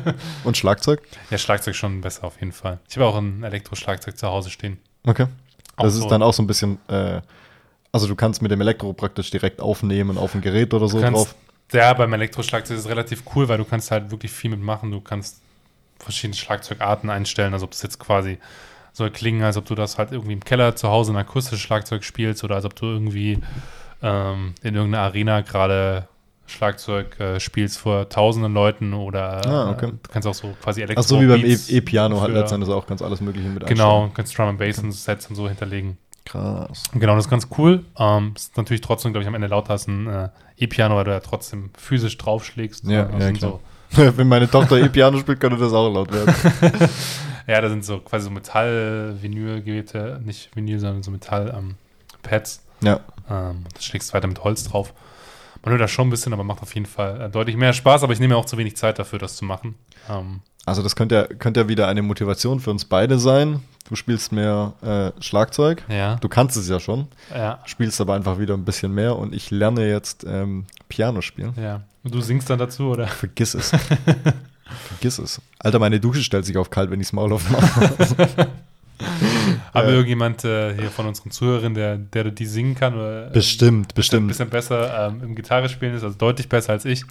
[SPEAKER 2] Und Schlagzeug?
[SPEAKER 1] ja, Schlagzeug schon besser auf jeden Fall. Ich habe auch ein Elektroschlagzeug zu Hause stehen.
[SPEAKER 2] Okay.
[SPEAKER 1] Auch
[SPEAKER 2] das
[SPEAKER 1] so.
[SPEAKER 2] ist dann auch so ein bisschen, äh, also du kannst mit dem Elektro praktisch direkt aufnehmen auf ein Gerät oder so
[SPEAKER 1] Du kannst,
[SPEAKER 2] drauf.
[SPEAKER 1] ja, beim Elektroschlagzeug ist es relativ cool, weil du kannst halt wirklich viel mitmachen. Du kannst verschiedene Schlagzeugarten einstellen, also ob das jetzt quasi soll klingen, als ob du das halt irgendwie im Keller zu Hause ein akustisches Schlagzeug spielst oder als ob du irgendwie ähm, in irgendeiner Arena gerade Schlagzeug äh, spielst vor tausenden Leuten oder
[SPEAKER 2] Ah, okay.
[SPEAKER 1] äh, du kannst auch so quasi Elektro
[SPEAKER 2] Ach so wie beim E-
[SPEAKER 1] Beats
[SPEAKER 2] E-Piano hat
[SPEAKER 1] für-
[SPEAKER 2] letztendlich auch ganz alles Mögliche mit
[SPEAKER 1] Genau, kannst Drum and Bass und Sets und so hinterlegen.
[SPEAKER 2] einstellen. Krass.
[SPEAKER 1] Genau, das ist ganz cool. Ähm, ist natürlich trotzdem, glaube ich, am Ende lauter als ein äh, E-Piano, weil du ja trotzdem physisch draufschlägst.
[SPEAKER 2] Ja,
[SPEAKER 1] Da
[SPEAKER 2] ja,
[SPEAKER 1] sind
[SPEAKER 2] klar.
[SPEAKER 1] so,
[SPEAKER 2] Wenn meine Tochter E-Piano spielt, könnte das auch laut werden.
[SPEAKER 1] ja, da sind so quasi so Metall-Vinyl-Geräte, nicht Vinyl, sondern so Metall-Pads.
[SPEAKER 2] Ja.
[SPEAKER 1] Ähm, das schlägst du weiter mit Holz drauf. Man hört das schon ein bisschen, aber macht auf jeden Fall äh, deutlich mehr Spaß, aber ich nehme mir auch zu wenig Zeit dafür, das zu machen. Ähm,
[SPEAKER 2] Also das könnte ja, könnte ja wieder eine Motivation für uns beide sein. Du spielst mehr äh, Schlagzeug.
[SPEAKER 1] ja,
[SPEAKER 2] Du kannst es ja schon,
[SPEAKER 1] ja,
[SPEAKER 2] spielst aber einfach wieder ein bisschen mehr und ich lerne jetzt ähm, Piano spielen.
[SPEAKER 1] ja. Und du singst dann dazu, oder?
[SPEAKER 2] Vergiss es. Vergiss es. Alter, meine Dusche stellt sich auf kalt, wenn ich das Maul aufmache.
[SPEAKER 1] Haben
[SPEAKER 2] Äh.
[SPEAKER 1] wir irgendjemand äh, hier von unseren Zuhörern, der, der die singen kann? Oder, äh,
[SPEAKER 2] Bestimmt,
[SPEAKER 1] ein
[SPEAKER 2] bestimmt.
[SPEAKER 1] bisschen besser ähm, im Gitarre spielen ist, also deutlich besser als ich.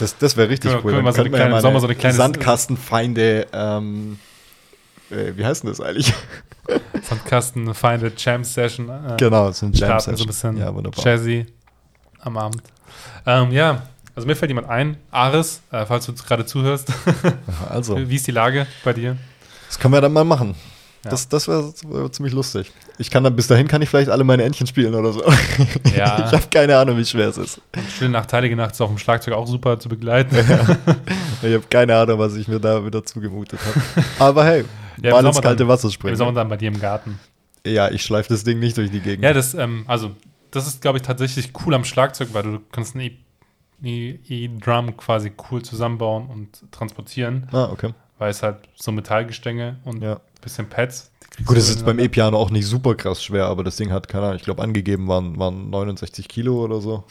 [SPEAKER 2] Das, das wäre richtig
[SPEAKER 1] Können wir-
[SPEAKER 2] cool.
[SPEAKER 1] können wir mal
[SPEAKER 2] Dann
[SPEAKER 1] so eine
[SPEAKER 2] könnten
[SPEAKER 1] kleine-
[SPEAKER 2] mal
[SPEAKER 1] sollen wir so eine kleine-
[SPEAKER 2] Sandkastenfeinde, ähm, äh, wie heißt denn das eigentlich?
[SPEAKER 1] Sandkasten, Feinde, Jam Session. Äh,
[SPEAKER 2] genau, so ein
[SPEAKER 1] starten,
[SPEAKER 2] Jam
[SPEAKER 1] so ein bisschen
[SPEAKER 2] Ja, wunderbar.
[SPEAKER 1] Jazzy am Abend. Ähm, ja, also mir fällt jemand ein. Ares, äh, falls du uns gerade zuhörst,
[SPEAKER 2] Also,
[SPEAKER 1] wie ist die Lage bei dir?
[SPEAKER 2] das können wir dann mal machen.
[SPEAKER 1] Ja.
[SPEAKER 2] Das, das wäre wär ziemlich lustig. Ich kann dann, bis dahin kann ich vielleicht alle meine Entchen spielen oder so.
[SPEAKER 1] Ja.
[SPEAKER 2] Ich habe keine Ahnung, wie schwer es ist.
[SPEAKER 1] Stille Nacht, Heilige Nacht ist auf dem Schlagzeug auch super zu begleiten.
[SPEAKER 2] genau. Ich habe keine Ahnung, was ich mir da wieder zugemutet habe. Aber hey,
[SPEAKER 1] Ja,
[SPEAKER 2] mal
[SPEAKER 1] im
[SPEAKER 2] ins
[SPEAKER 1] Sommer
[SPEAKER 2] kalte
[SPEAKER 1] dann.
[SPEAKER 2] Wasser
[SPEAKER 1] Wir
[SPEAKER 2] springen.
[SPEAKER 1] sind dann bei dir im Garten.
[SPEAKER 2] Ja, ich schleife das Ding nicht durch die Gegend.
[SPEAKER 1] Ja, das, ähm, also, das ist, glaube ich, tatsächlich cool am Schlagzeug, weil du kannst einen E- E- E-Drum quasi cool zusammenbauen und transportieren.
[SPEAKER 2] ah, okay.
[SPEAKER 1] weil es halt so Metallgestänge und
[SPEAKER 2] Ja.
[SPEAKER 1] bisschen Pads. die kriegst
[SPEAKER 2] Gut,
[SPEAKER 1] du
[SPEAKER 2] das ist beim
[SPEAKER 1] ineinander.
[SPEAKER 2] E-Piano auch nicht super krass schwer, aber das Ding hat, keine Ahnung, ich glaube angegeben waren, waren 69 Kilo oder so.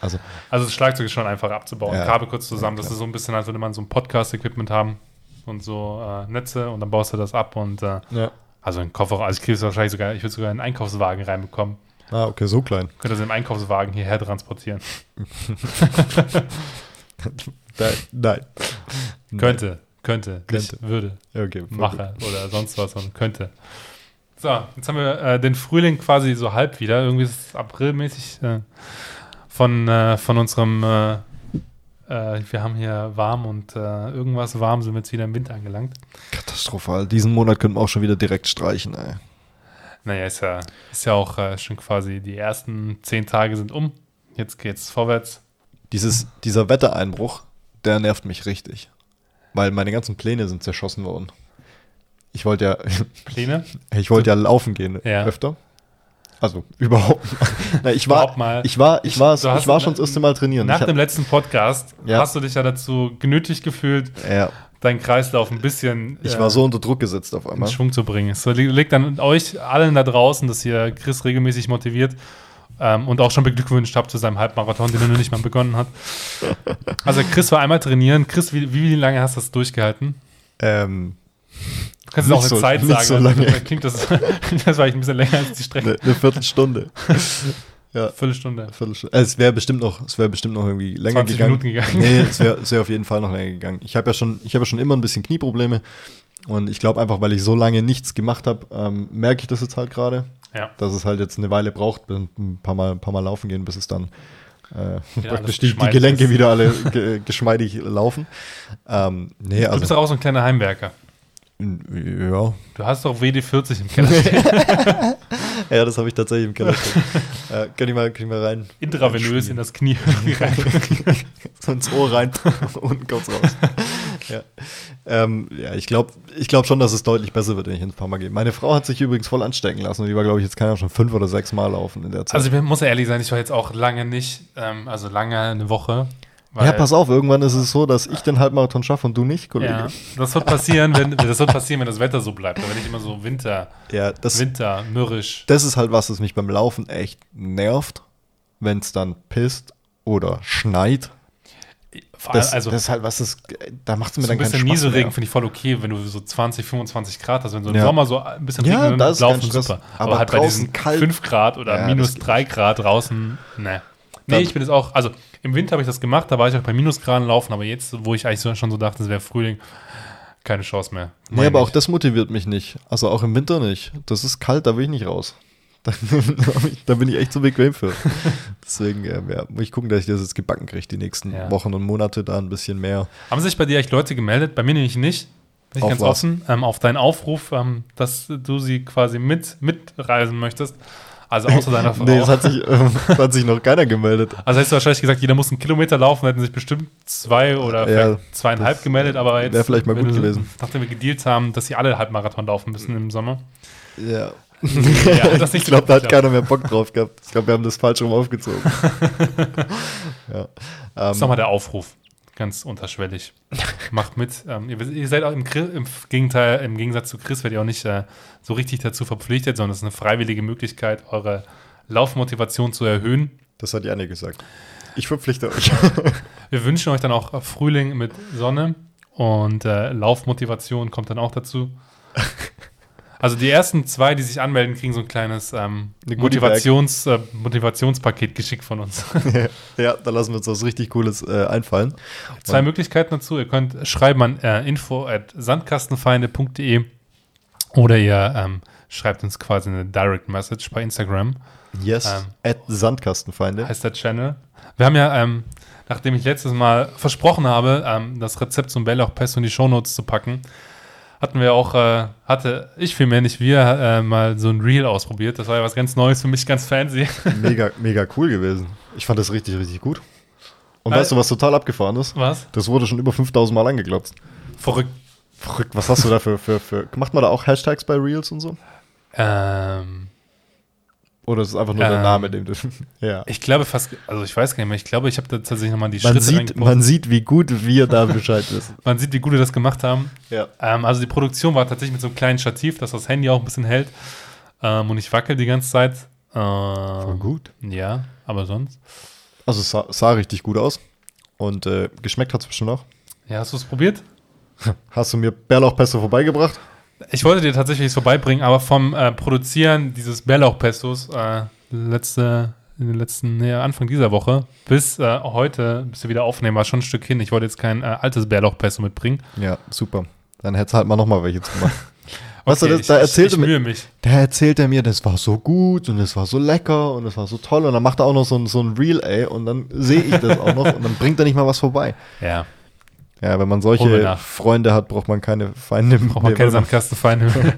[SPEAKER 2] Also,
[SPEAKER 1] Also das Schlagzeug ist schon einfach abzubauen.
[SPEAKER 2] Ja.
[SPEAKER 1] Kabel kurz zusammen.
[SPEAKER 2] Ja,
[SPEAKER 1] das
[SPEAKER 2] klar.
[SPEAKER 1] ist so ein bisschen, als würde man so ein Podcast-Equipment haben und so äh, Netze und dann baust du das ab und äh,
[SPEAKER 2] ja.
[SPEAKER 1] also in den Kofferraum. Also ich kriege es wahrscheinlich sogar, ich würde sogar in einen Einkaufswagen reinbekommen.
[SPEAKER 2] Ah, okay, so klein.
[SPEAKER 1] Könnte das im Einkaufswagen hierher transportieren.
[SPEAKER 2] Nein. Nein. Hm.
[SPEAKER 1] Könnte, könnte,
[SPEAKER 2] Könnte.
[SPEAKER 1] Nicht würde,
[SPEAKER 2] Okay, voll gut.
[SPEAKER 1] mache oder sonst was, sondern könnte. So, jetzt haben wir äh, den Frühling quasi so halb wieder. Irgendwie ist es aprilmäßig äh, von, äh, von unserem. Äh, äh, wir haben hier warm und äh, irgendwas warm sind wir jetzt wieder im Winter angelangt.
[SPEAKER 2] Katastrophal. Diesen Monat könnten wir auch schon wieder direkt streichen, ey.
[SPEAKER 1] Naja, ist ja, ist ja auch äh, schon quasi die ersten zehn Tage sind um. Jetzt geht's vorwärts.
[SPEAKER 2] Dieses, dieser Wettereinbruch, der nervt mich richtig. Weil meine ganzen Pläne sind zerschossen worden. Ich wollte ja,
[SPEAKER 1] Pläne.
[SPEAKER 2] ich wollte ja laufen gehen
[SPEAKER 1] Ja.
[SPEAKER 2] öfter. Also, überhaupt. Na, ich war,
[SPEAKER 1] Überhaupt mal.
[SPEAKER 2] ich war, ich war, ich
[SPEAKER 1] Du hast-
[SPEAKER 2] war schon das erste Mal trainieren.
[SPEAKER 1] Nach
[SPEAKER 2] ich
[SPEAKER 1] dem letzten Podcast
[SPEAKER 2] Ja.
[SPEAKER 1] hast du dich ja dazu genötigt gefühlt,
[SPEAKER 2] hab, ja.
[SPEAKER 1] deinen Kreislauf ein bisschen.
[SPEAKER 2] Ich
[SPEAKER 1] äh,
[SPEAKER 2] war so unter Druck gesetzt auf
[SPEAKER 1] in
[SPEAKER 2] einmal.
[SPEAKER 1] Schwung zu bringen. So li- liegt an euch allen da draußen, dass ihr Chris regelmäßig motiviert ähm, und auch schon beglückwünscht habt zu seinem Halbmarathon, den er noch nicht mal begonnen hat. Also Chris war einmal trainieren. Chris, wie, wie lange hast du das durchgehalten?
[SPEAKER 2] Ähm,
[SPEAKER 1] Du kannst jetzt auch
[SPEAKER 2] Nicht
[SPEAKER 1] eine
[SPEAKER 2] so-
[SPEAKER 1] Zeit
[SPEAKER 2] nicht
[SPEAKER 1] sagen.
[SPEAKER 2] so
[SPEAKER 1] also
[SPEAKER 2] lange.
[SPEAKER 1] Das klingt das, das war eigentlich ein bisschen länger als die Strecke.
[SPEAKER 2] ne, Eine, eine Viertelstunde. Ja.
[SPEAKER 1] Viertelstunde.
[SPEAKER 2] Viertelstunde. Also, es wäre bestimmt noch, es wäre bestimmt noch irgendwie länger
[SPEAKER 1] 20
[SPEAKER 2] gegangen.
[SPEAKER 1] Minuten gegangen.
[SPEAKER 2] Nee, es wäre es wär auf jeden Fall noch länger gegangen. Ich habe ja schon, ich habe ja schon immer ein bisschen Knieprobleme und ich glaube einfach, weil ich so lange nichts gemacht habe, ähm, merke ich das jetzt halt gerade,
[SPEAKER 1] Ja.
[SPEAKER 2] dass es halt jetzt eine Weile braucht, bis ein paar Mal, ein paar Mal laufen gehen, bis es dann äh,
[SPEAKER 1] alles
[SPEAKER 2] praktisch die, die
[SPEAKER 1] geschmeidig
[SPEAKER 2] Gelenke
[SPEAKER 1] ist.
[SPEAKER 2] wieder alle ge geschmeidig laufen. Ähm, nee,
[SPEAKER 1] Du bist
[SPEAKER 2] also
[SPEAKER 1] doch auch so ein kleiner Heimwerker.
[SPEAKER 2] ja,
[SPEAKER 1] Du hast doch WD-40 im Keller stehen.
[SPEAKER 2] ja, das habe ich tatsächlich im Keller. stehen. äh, kann ich mal, kann ich mal rein.
[SPEAKER 1] Intravenös in das Knie.
[SPEAKER 2] so ins Ohr rein und kurz raus. ja. Ähm, ja, ich glaube ich glaub schon, dass es deutlich besser wird, wenn ich ins Paar Mal gehe. Meine Frau hat sich übrigens voll anstecken lassen und die war, glaube ich, jetzt kann ja schon fünf oder sechs Mal laufen in der Zeit.
[SPEAKER 1] also ich bin- muss ehrlich sein, ich war jetzt auch lange nicht, ähm, also lange eine Woche. weil-
[SPEAKER 2] ja, pass auf, irgendwann ist es so, dass ich den Halbmarathon schaffe und du nicht,
[SPEAKER 1] Ja,
[SPEAKER 2] Kollege.
[SPEAKER 1] das wird passieren, wenn das wird passieren, wenn das Wetter so bleibt. Da werde ich immer so Winter,
[SPEAKER 2] Ja, das,
[SPEAKER 1] Winter, mürrisch.
[SPEAKER 2] das ist halt was, das mich beim Laufen echt nervt, wenn es dann pisst oder schneit.
[SPEAKER 1] Vor allem,
[SPEAKER 2] Das,
[SPEAKER 1] also
[SPEAKER 2] das ist halt was, das, da macht es mir
[SPEAKER 1] so ein
[SPEAKER 2] dann keinen Spaß
[SPEAKER 1] bisschen Nieselregen
[SPEAKER 2] mehr.
[SPEAKER 1] finde ich voll okay, wenn du so 20, 25 Grad hast. Wenn so im
[SPEAKER 2] Ja.
[SPEAKER 1] Sommer so ein bisschen
[SPEAKER 2] Ja,
[SPEAKER 1] regnet,
[SPEAKER 2] da ist
[SPEAKER 1] laufen
[SPEAKER 2] kein Stress.
[SPEAKER 1] super. halt
[SPEAKER 2] Aber draußen kalt.
[SPEAKER 1] 5 Grad oder
[SPEAKER 2] Ja, das
[SPEAKER 1] minus
[SPEAKER 2] geht
[SPEAKER 1] 3 Grad draußen, ne. Nee,
[SPEAKER 2] Dann-
[SPEAKER 1] ich bin jetzt auch, also im Winter habe ich das gemacht, da war ich auch bei Minusgraden laufen, aber jetzt, wo ich eigentlich so, schon so dachte, es wäre Frühling, keine Chance mehr. Mach
[SPEAKER 2] Nee,
[SPEAKER 1] ich
[SPEAKER 2] aber auch
[SPEAKER 1] nicht.
[SPEAKER 2] das motiviert mich nicht. Also auch im Winter nicht. Das ist kalt, da will ich nicht raus. Da, da bin ich echt zu bequem für. Deswegen ähm, ja, muss ich gucken, dass ich das jetzt gebacken kriege, die nächsten
[SPEAKER 1] Ja.
[SPEAKER 2] Wochen und Monate da ein bisschen mehr.
[SPEAKER 1] Haben sich bei dir eigentlich Leute gemeldet? Bei mir nämlich nicht. Bin ich
[SPEAKER 2] Auf
[SPEAKER 1] ganz
[SPEAKER 2] was?
[SPEAKER 1] offen. Ähm, auf deinen Aufruf, ähm, dass du sie quasi mit, mitreisen möchtest. Also außer deiner Frau.
[SPEAKER 2] Nee, es hat sich, ähm, es hat sich noch keiner gemeldet.
[SPEAKER 1] also hättest du wahrscheinlich gesagt, jeder muss einen Kilometer laufen, hätten sich bestimmt zwei oder
[SPEAKER 2] Ja,
[SPEAKER 1] vielleicht zweieinhalb gemeldet, aber jetzt.
[SPEAKER 2] wär vielleicht mal
[SPEAKER 1] wenn
[SPEAKER 2] gut
[SPEAKER 1] du-
[SPEAKER 2] gewesen.
[SPEAKER 1] Nachdem wir gedealt haben, dass sie alle Halbmarathon laufen müssen im Sommer.
[SPEAKER 2] Ja.
[SPEAKER 1] Ja, das
[SPEAKER 2] ich
[SPEAKER 1] nicht
[SPEAKER 2] glaube, da hat
[SPEAKER 1] geklappt,
[SPEAKER 2] keiner mehr Bock drauf gehabt. Ich glaube, wir haben das falsch rum aufgezogen. ja. Ähm,
[SPEAKER 1] Das ist nochmal der Aufruf. Ganz unterschwellig. Macht mit. Ähm, ihr, wisst- ihr seid auch im, Gri- im Gegenteil, im Gegensatz zu Chris, werdet ihr auch nicht äh, so richtig dazu verpflichtet, sondern es ist eine freiwillige Möglichkeit, eure Laufmotivation zu erhöhen.
[SPEAKER 2] Das hat Janne gesagt. Ich verpflichte euch.
[SPEAKER 1] Wir wünschen euch dann auch Frühling mit Sonne und äh, Laufmotivation kommt dann auch dazu. Also die ersten zwei, die sich anmelden, kriegen so ein kleines ähm,
[SPEAKER 2] Eine Goodie Bag.
[SPEAKER 1] Motivations, äh, Motivationspaket geschickt von uns.
[SPEAKER 2] ja, da lassen wir uns was richtig Cooles äh, einfallen.
[SPEAKER 1] Zwei Möglichkeiten dazu. Ihr könnt schreiben an äh, info.sandkastenfeinde.de oder ihr ähm, schreibt uns quasi eine Direct Message bei Instagram.
[SPEAKER 2] Yes,
[SPEAKER 1] Ähm,
[SPEAKER 2] at Sandkastenfeinde.
[SPEAKER 1] Heißt der Channel. Wir haben ja, ähm, nachdem ich letztes Mal versprochen habe, ähm, das Rezept zum Bärlauch Pesto in die Shownotes zu packen, hatten wir auch, äh, hatte ich vielmehr nicht wir, äh, mal so ein Reel ausprobiert. Das war ja was ganz Neues für mich, ganz fancy.
[SPEAKER 2] mega, mega cool gewesen. Ich fand das richtig, richtig gut. Und
[SPEAKER 1] Weil-
[SPEAKER 2] weißt du, was total abgefahren ist?
[SPEAKER 1] Was?
[SPEAKER 2] Das wurde schon über 5000 Mal angeklotzt.
[SPEAKER 1] Verrückt.
[SPEAKER 2] Verrückt, was hast du da für, für, für. Macht man da auch Hashtags bei Reels und so?
[SPEAKER 1] Ähm,
[SPEAKER 2] Oder ist es einfach nur der
[SPEAKER 1] Ähm,
[SPEAKER 2] Name, dem du. ja.
[SPEAKER 1] ich glaube fast, also ich weiß gar nicht mehr, ich glaube, ich habe da tatsächlich nochmal die
[SPEAKER 2] Man
[SPEAKER 1] Schritte
[SPEAKER 2] sieht,
[SPEAKER 1] reingepostet.
[SPEAKER 2] man sieht, wie gut wir da Bescheid wissen.
[SPEAKER 1] Man sieht, wie gut wir das gemacht haben.
[SPEAKER 2] Ja.
[SPEAKER 1] Ähm, also die Produktion war tatsächlich mit so einem kleinen Stativ, dass das Handy auch ein bisschen hält. Ähm, und ich wackel die ganze Zeit. Ähm,
[SPEAKER 2] gut.
[SPEAKER 1] Ja, aber sonst.
[SPEAKER 2] Also, es sah, sah richtig gut aus. Und äh, geschmeckt hat es bestimmt auch.
[SPEAKER 1] Ja, hast du es probiert?
[SPEAKER 2] Hast du mir Bärlauchpesto vorbeigebracht?
[SPEAKER 1] Ich wollte dir tatsächlich es vorbeibringen, aber vom äh, Produzieren dieses Bärlauchpestos äh, letzte, in den letzten, nee, Anfang dieser Woche bis äh, heute, bis wir wieder aufnehmen, war schon ein Stück hin. Ich wollte jetzt kein äh, altes Bärlauchpesto mitbringen.
[SPEAKER 2] Ja, super. Dann hättest du halt mal nochmal welche zu machen. Weißt du,
[SPEAKER 1] Okay,
[SPEAKER 2] das, da
[SPEAKER 1] ich,
[SPEAKER 2] erzählte
[SPEAKER 1] ich
[SPEAKER 2] mir,
[SPEAKER 1] mühe mich.
[SPEAKER 2] Da erzählt er mir, das war so gut und das war so lecker und das war so toll. Und dann macht er auch noch so ein, so ein Reel, ey, und dann sehe ich das auch noch und dann bringt er nicht mal was vorbei.
[SPEAKER 1] Ja,
[SPEAKER 2] Ja, wenn
[SPEAKER 1] Holen wir
[SPEAKER 2] man solche
[SPEAKER 1] nach.
[SPEAKER 2] Freunde hat, braucht man keine Feinde.
[SPEAKER 1] braucht man keine Sandkastenfeinde mehr. Wenn man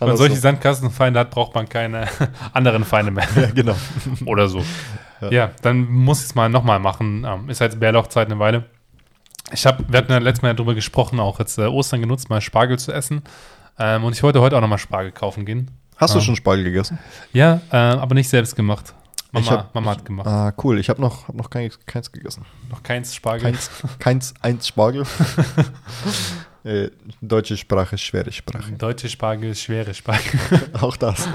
[SPEAKER 2] Anders
[SPEAKER 1] solche
[SPEAKER 2] so.
[SPEAKER 1] Sandkastenfeinde hat, braucht man keine anderen Feinde mehr.
[SPEAKER 2] Ja, genau.
[SPEAKER 1] oder so.
[SPEAKER 2] Ja.
[SPEAKER 1] Ja, dann muss ich es mal nochmal machen. Ähm, ist halt Bärlauchzeit eine Weile. Ich habe, wir hatten ja letztes Mal ja drüber gesprochen, auch jetzt äh, Ostern genutzt, mal Spargel zu essen. Ähm, und ich wollte heute auch nochmal Spargel kaufen gehen.
[SPEAKER 2] Hast du
[SPEAKER 1] Ja.
[SPEAKER 2] schon Spargel gegessen?
[SPEAKER 1] Ja, äh, aber nicht selbst gemacht. Mama,
[SPEAKER 2] Ich hab-
[SPEAKER 1] Mama hat gemacht.
[SPEAKER 2] Ah, cool. Ich habe noch, hab noch keins, keins gegessen.
[SPEAKER 1] Noch keins Spargel.
[SPEAKER 2] Keins, keins, eins Spargel. äh, deutsche Sprache, schwere Sprache.
[SPEAKER 1] Deutsche Spargel, schwere Spargel.
[SPEAKER 2] Auch das.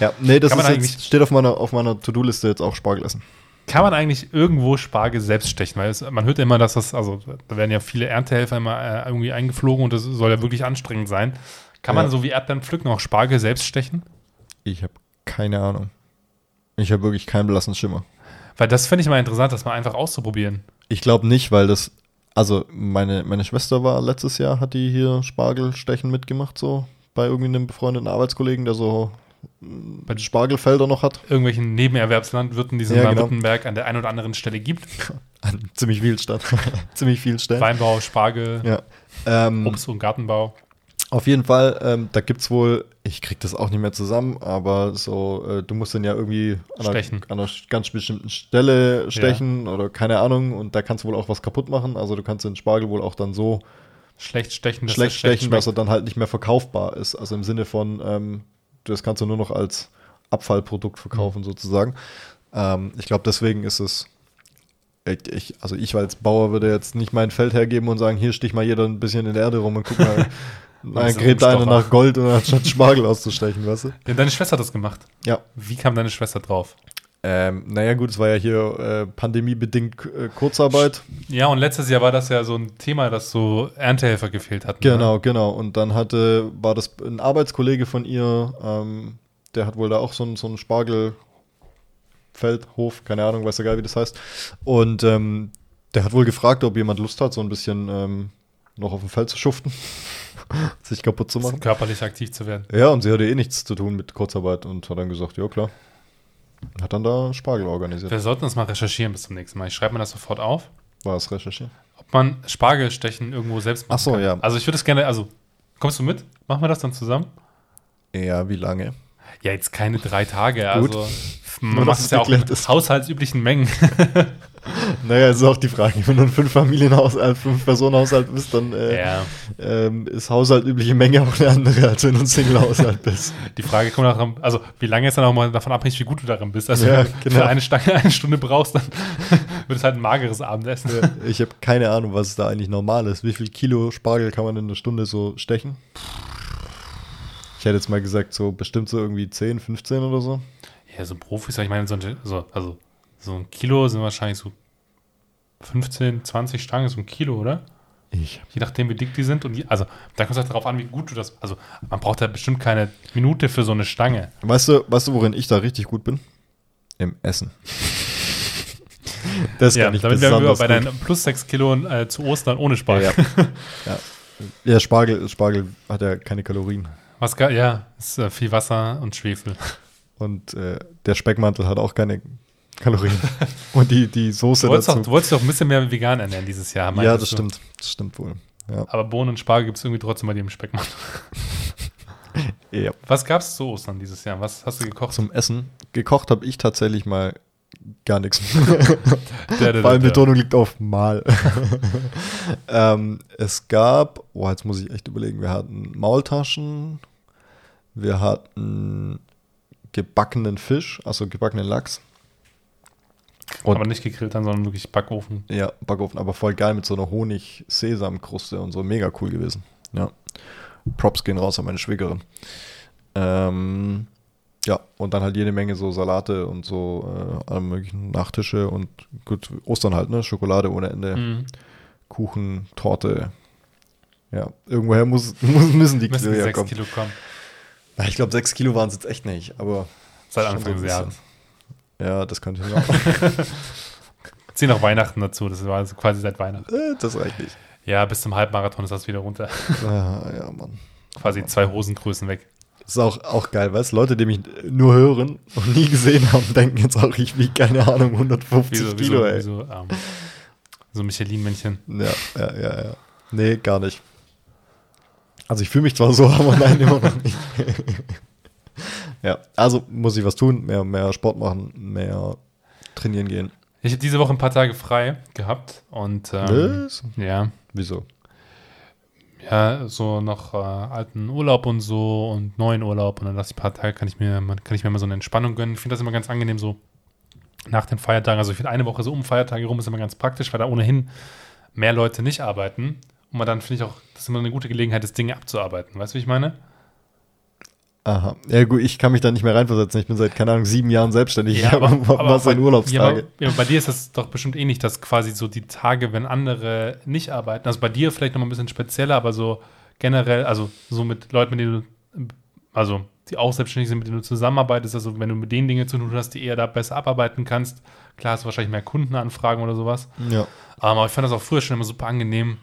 [SPEAKER 2] Ja, nee, das
[SPEAKER 1] Kann
[SPEAKER 2] ist
[SPEAKER 1] man
[SPEAKER 2] jetzt,
[SPEAKER 1] eigentlich-
[SPEAKER 2] steht auf meiner, auf meiner To-Do-Liste jetzt auch Spargel essen.
[SPEAKER 1] Kann man eigentlich irgendwo Spargel selbst stechen? Weil es, man hört ja immer, dass das, also da werden ja viele Erntehelfer immer äh, irgendwie eingeflogen und das soll ja wirklich anstrengend sein. Kann
[SPEAKER 2] Ja.
[SPEAKER 1] man so wie Erdbeeren pflücken auch Spargel selbst stechen?
[SPEAKER 2] Ich habe keine Ahnung. Ich habe wirklich keinen blassen Schimmer.
[SPEAKER 1] Weil das finde ich mal interessant, das mal einfach auszuprobieren.
[SPEAKER 2] Ich glaube nicht, weil das, also meine, meine Schwester war letztes Jahr, hat die hier Spargelstechen mitgemacht, so bei irgendwie einem befreundeten Arbeitskollegen, der so bei Spargelfelder noch hat.
[SPEAKER 1] Irgendwelchen Nebenerwerbslandwirten, die es in
[SPEAKER 2] Ja, genau.
[SPEAKER 1] Baden-Württemberg an der einen oder anderen Stelle gibt.
[SPEAKER 2] An ziemlich viel Stadt. ziemlich viel Stellen.
[SPEAKER 1] Weinbau, Spargel,
[SPEAKER 2] Ja. Ähm,
[SPEAKER 1] Obst- und Gartenbau.
[SPEAKER 2] Auf jeden Fall, ähm, da gibt's wohl, ich krieg das auch nicht mehr zusammen, aber so, äh, du musst den ja irgendwie an einer,
[SPEAKER 1] Stechen.
[SPEAKER 2] an einer ganz bestimmten Stelle stechen oder keine Ahnung und da kannst du wohl auch was kaputt machen. Also du kannst den Spargel wohl auch dann so
[SPEAKER 1] Schlecht stechen, dass
[SPEAKER 2] schlecht
[SPEAKER 1] das
[SPEAKER 2] stechen, dass er
[SPEAKER 1] schmeckt.
[SPEAKER 2] dann halt nicht mehr verkaufbar ist. Also im Sinne von, ähm, das kannst du nur noch als Abfallprodukt verkaufen
[SPEAKER 1] Mhm.
[SPEAKER 2] sozusagen. Ähm, ich glaube, deswegen ist es, ich, ich, also ich als Bauer würde jetzt nicht mein Feld hergeben und sagen, hier stich mal jeder ein bisschen in der Erde rum und guck mal, nein,
[SPEAKER 1] Bisschen
[SPEAKER 2] gräbt einer
[SPEAKER 1] rumstochern.
[SPEAKER 2] nach Gold und anstatt Spargel auszustechen, weißt du?
[SPEAKER 1] Ja, deine Schwester hat das gemacht.
[SPEAKER 2] Ja.
[SPEAKER 1] Wie kam deine Schwester drauf?
[SPEAKER 2] Ähm, naja gut, es war ja hier äh, pandemiebedingt äh, Kurzarbeit.
[SPEAKER 1] Ja, und letztes Jahr war das ja so ein Thema, dass so Erntehelfer gefehlt hatten. ne?
[SPEAKER 2] Genau, genau. Und dann hatte, war das ein Arbeitskollege von ihr, ähm, der hat wohl da auch so einen so einen Spargelfeldhof, keine Ahnung, weiß ja geil, wie das heißt. Und ähm, der hat wohl gefragt, ob jemand Lust hat, so ein bisschen ähm, noch auf dem Feld zu schuften, sich kaputt zu
[SPEAKER 1] Ne?
[SPEAKER 2] machen.
[SPEAKER 1] Körperlich aktiv zu werden.
[SPEAKER 2] Ja, und sie hatte eh nichts zu tun mit Kurzarbeit und hat dann gesagt, ja klar. Hat dann da Spargel organisiert.
[SPEAKER 1] Wir sollten das mal recherchieren bis zum nächsten Mal. Ich schreibe mir das sofort auf,
[SPEAKER 2] War es recherchiert?
[SPEAKER 1] ob man Spargelstechen irgendwo selbst machen
[SPEAKER 2] Ach so,
[SPEAKER 1] kann.
[SPEAKER 2] ja.
[SPEAKER 1] Also ich würde es gerne, also kommst du mit? Machen wir das dann zusammen?
[SPEAKER 2] Ja, wie lange?
[SPEAKER 1] Ja, jetzt keine drei Tage.
[SPEAKER 2] Gut.
[SPEAKER 1] Also
[SPEAKER 2] Nur,
[SPEAKER 1] man
[SPEAKER 2] dass
[SPEAKER 1] macht
[SPEAKER 2] es
[SPEAKER 1] es ja auch in
[SPEAKER 2] geklärt ist.
[SPEAKER 1] haushaltsüblichen Mengen.
[SPEAKER 2] Naja, ist auch die Frage. Wenn du ein Fünf-Familienhaushalt, Fünf-Personen-Haushalt bist, dann äh,
[SPEAKER 1] ja.
[SPEAKER 2] ähm, ist haushaltübliche Menge auch eine andere, als wenn du ein Single-Haushalt bist.
[SPEAKER 1] Die Frage kommt auch, am- also wie lange ist dann auch mal davon abhängig, wie gut du darin bist. Also
[SPEAKER 2] Ja,
[SPEAKER 1] wenn du
[SPEAKER 2] genau.
[SPEAKER 1] für eine Stange eine Stunde brauchst, dann wird es halt ein mageres Abendessen.
[SPEAKER 2] Ja, Äh, ich habe keine Ahnung, was da eigentlich normal ist. Wie viel Kilo Spargel kann man in einer Stunde so stechen? Ich hätte jetzt mal gesagt, so bestimmt so irgendwie 10, 15 oder so.
[SPEAKER 1] Ja, so Profis, ich meine, so ein, so, also, so ein Kilo sind wahrscheinlich so 15, 20 Stangen, so ein Kilo, oder?
[SPEAKER 2] Ich.
[SPEAKER 1] Je nachdem, wie dick die sind. Und die, also, da kommt es halt darauf an, wie gut du das. Also, man braucht ja bestimmt keine Minute für so eine Stange.
[SPEAKER 2] Weißt du, weißt du, worin ich da richtig gut bin? Im Essen. Das
[SPEAKER 1] ja,
[SPEAKER 2] kann ich
[SPEAKER 1] damit wären wir
[SPEAKER 2] besonders
[SPEAKER 1] bei
[SPEAKER 2] gut.
[SPEAKER 1] deinen plus 6 Kilo äh, zu Ostern ohne Spargel.
[SPEAKER 2] Ja, ja. ja Spargel, Spargel hat ja keine Kalorien.
[SPEAKER 1] Was geil, ja, ist äh, viel Wasser und Schwefel.
[SPEAKER 2] Und äh, der Speckmantel hat auch keine Kalorien. Und die, die Soße
[SPEAKER 1] Du wolltest, doch,
[SPEAKER 2] dazu.
[SPEAKER 1] du wolltest doch ein bisschen mehr vegan ernähren dieses Jahr,
[SPEAKER 2] ja,
[SPEAKER 1] meintest
[SPEAKER 2] das
[SPEAKER 1] du.
[SPEAKER 2] stimmt. Das stimmt wohl. Ja.
[SPEAKER 1] Aber Bohnen und Spargel gibt es irgendwie trotzdem bei dir im Speckmantel.
[SPEAKER 2] ja.
[SPEAKER 1] Was gab es zu Ostern dieses Jahr? Was hast du gekocht?
[SPEAKER 2] Zum Essen. Gekocht habe ich tatsächlich mal gar nichts.
[SPEAKER 1] Der, der,
[SPEAKER 2] Vor allem
[SPEAKER 1] der.
[SPEAKER 2] Betonung liegt auf mal. ähm, es gab, oh, jetzt muss ich echt überlegen, wir hatten Maultaschen, wir hatten gebackenen Fisch, also gebackenen Lachs. Und-
[SPEAKER 1] Aber nicht gegrillt haben, sondern wirklich Backofen.
[SPEAKER 2] Ja, Backofen, aber voll geil mit so einer Honig-Sesam-Kruste und so. Mega cool gewesen. Ja. Props gehen raus an meine Schwägerin. Ähm, ja, und dann halt jede Menge so Salate und so äh, alle möglichen Nachtische und gut, Ostern halt, ne? Schokolade ohne Ende,
[SPEAKER 1] Mhm.
[SPEAKER 2] Kuchen, Torte. Ja, irgendwoher muss, muss, müssen die
[SPEAKER 1] Müssen
[SPEAKER 2] Kilo
[SPEAKER 1] die
[SPEAKER 2] ja
[SPEAKER 1] 6
[SPEAKER 2] kommen.
[SPEAKER 1] Kilo kommen.
[SPEAKER 2] Na, Ich glaube, sechs Kilo waren es jetzt echt nicht, aber
[SPEAKER 1] Seit
[SPEAKER 2] Schon
[SPEAKER 1] Anfang
[SPEAKER 2] so
[SPEAKER 1] des
[SPEAKER 2] ein
[SPEAKER 1] Jahres.
[SPEAKER 2] ja, das könnte ich noch.
[SPEAKER 1] Zieh noch Weihnachten dazu, das war also quasi seit Weihnachten.
[SPEAKER 2] Äh, das reicht nicht.
[SPEAKER 1] Ja, bis zum Halbmarathon ist das wieder runter.
[SPEAKER 2] Ah, ja, Mann.
[SPEAKER 1] quasi zwei Hosengrößen weg.
[SPEAKER 2] Das ist auch, auch geil, weißt du? Leute, die mich nur hören und nie gesehen haben, denken jetzt auch, ich wiege, keine Ahnung, 150
[SPEAKER 1] Wie so, wie
[SPEAKER 2] Kilo,
[SPEAKER 1] so,
[SPEAKER 2] ey.
[SPEAKER 1] wie so, ähm, so Michelin-Männchen.
[SPEAKER 2] Ja, ja, ja, ja. Nee, gar nicht. Also ich fühle mich zwar so, aber nein, immer noch nicht. ja, also muss ich was tun, mehr, mehr Sport machen, mehr trainieren gehen.
[SPEAKER 1] Ich habe diese Woche ein paar Tage frei gehabt und ähm,
[SPEAKER 2] Was?
[SPEAKER 1] ja,
[SPEAKER 2] Wieso?
[SPEAKER 1] ja, so nach äh, alten Urlaub und so und neuen Urlaub und dann lasse ich ein paar Tage, kann ich mir, man- kann ich mir mal so eine Entspannung gönnen. Ich finde das immer ganz angenehm so nach den Feiertagen. Also ich finde eine Woche so um Feiertage rum ist immer ganz praktisch, weil da ohnehin mehr Leute nicht arbeiten. Und man dann finde ich auch, das ist immer eine gute Gelegenheit, das Ding abzuarbeiten. Weißt du, wie ich meine?
[SPEAKER 2] Aha. Ja gut, ich kann mich da nicht mehr reinversetzen. Ich bin seit, keine Ahnung, sieben Jahren selbstständig.
[SPEAKER 1] Ja,
[SPEAKER 2] ich habe was
[SPEAKER 1] bei-
[SPEAKER 2] an Urlaubstage.
[SPEAKER 1] Ja, aber, ja, aber bei dir ist das doch bestimmt ähnlich, dass quasi so die Tage, wenn andere nicht arbeiten, also bei dir vielleicht noch mal ein bisschen spezieller, aber so generell, also so mit Leuten, mit denen du, also die auch selbstständig sind, mit denen du zusammenarbeitest. Also wenn du mit denen Dinge zu tun hast, die eher da besser abarbeiten kannst. Klar hast du wahrscheinlich mehr Kundenanfragen oder sowas.
[SPEAKER 2] Ja.
[SPEAKER 1] Aber ich fand das auch früher schon immer super angenehm.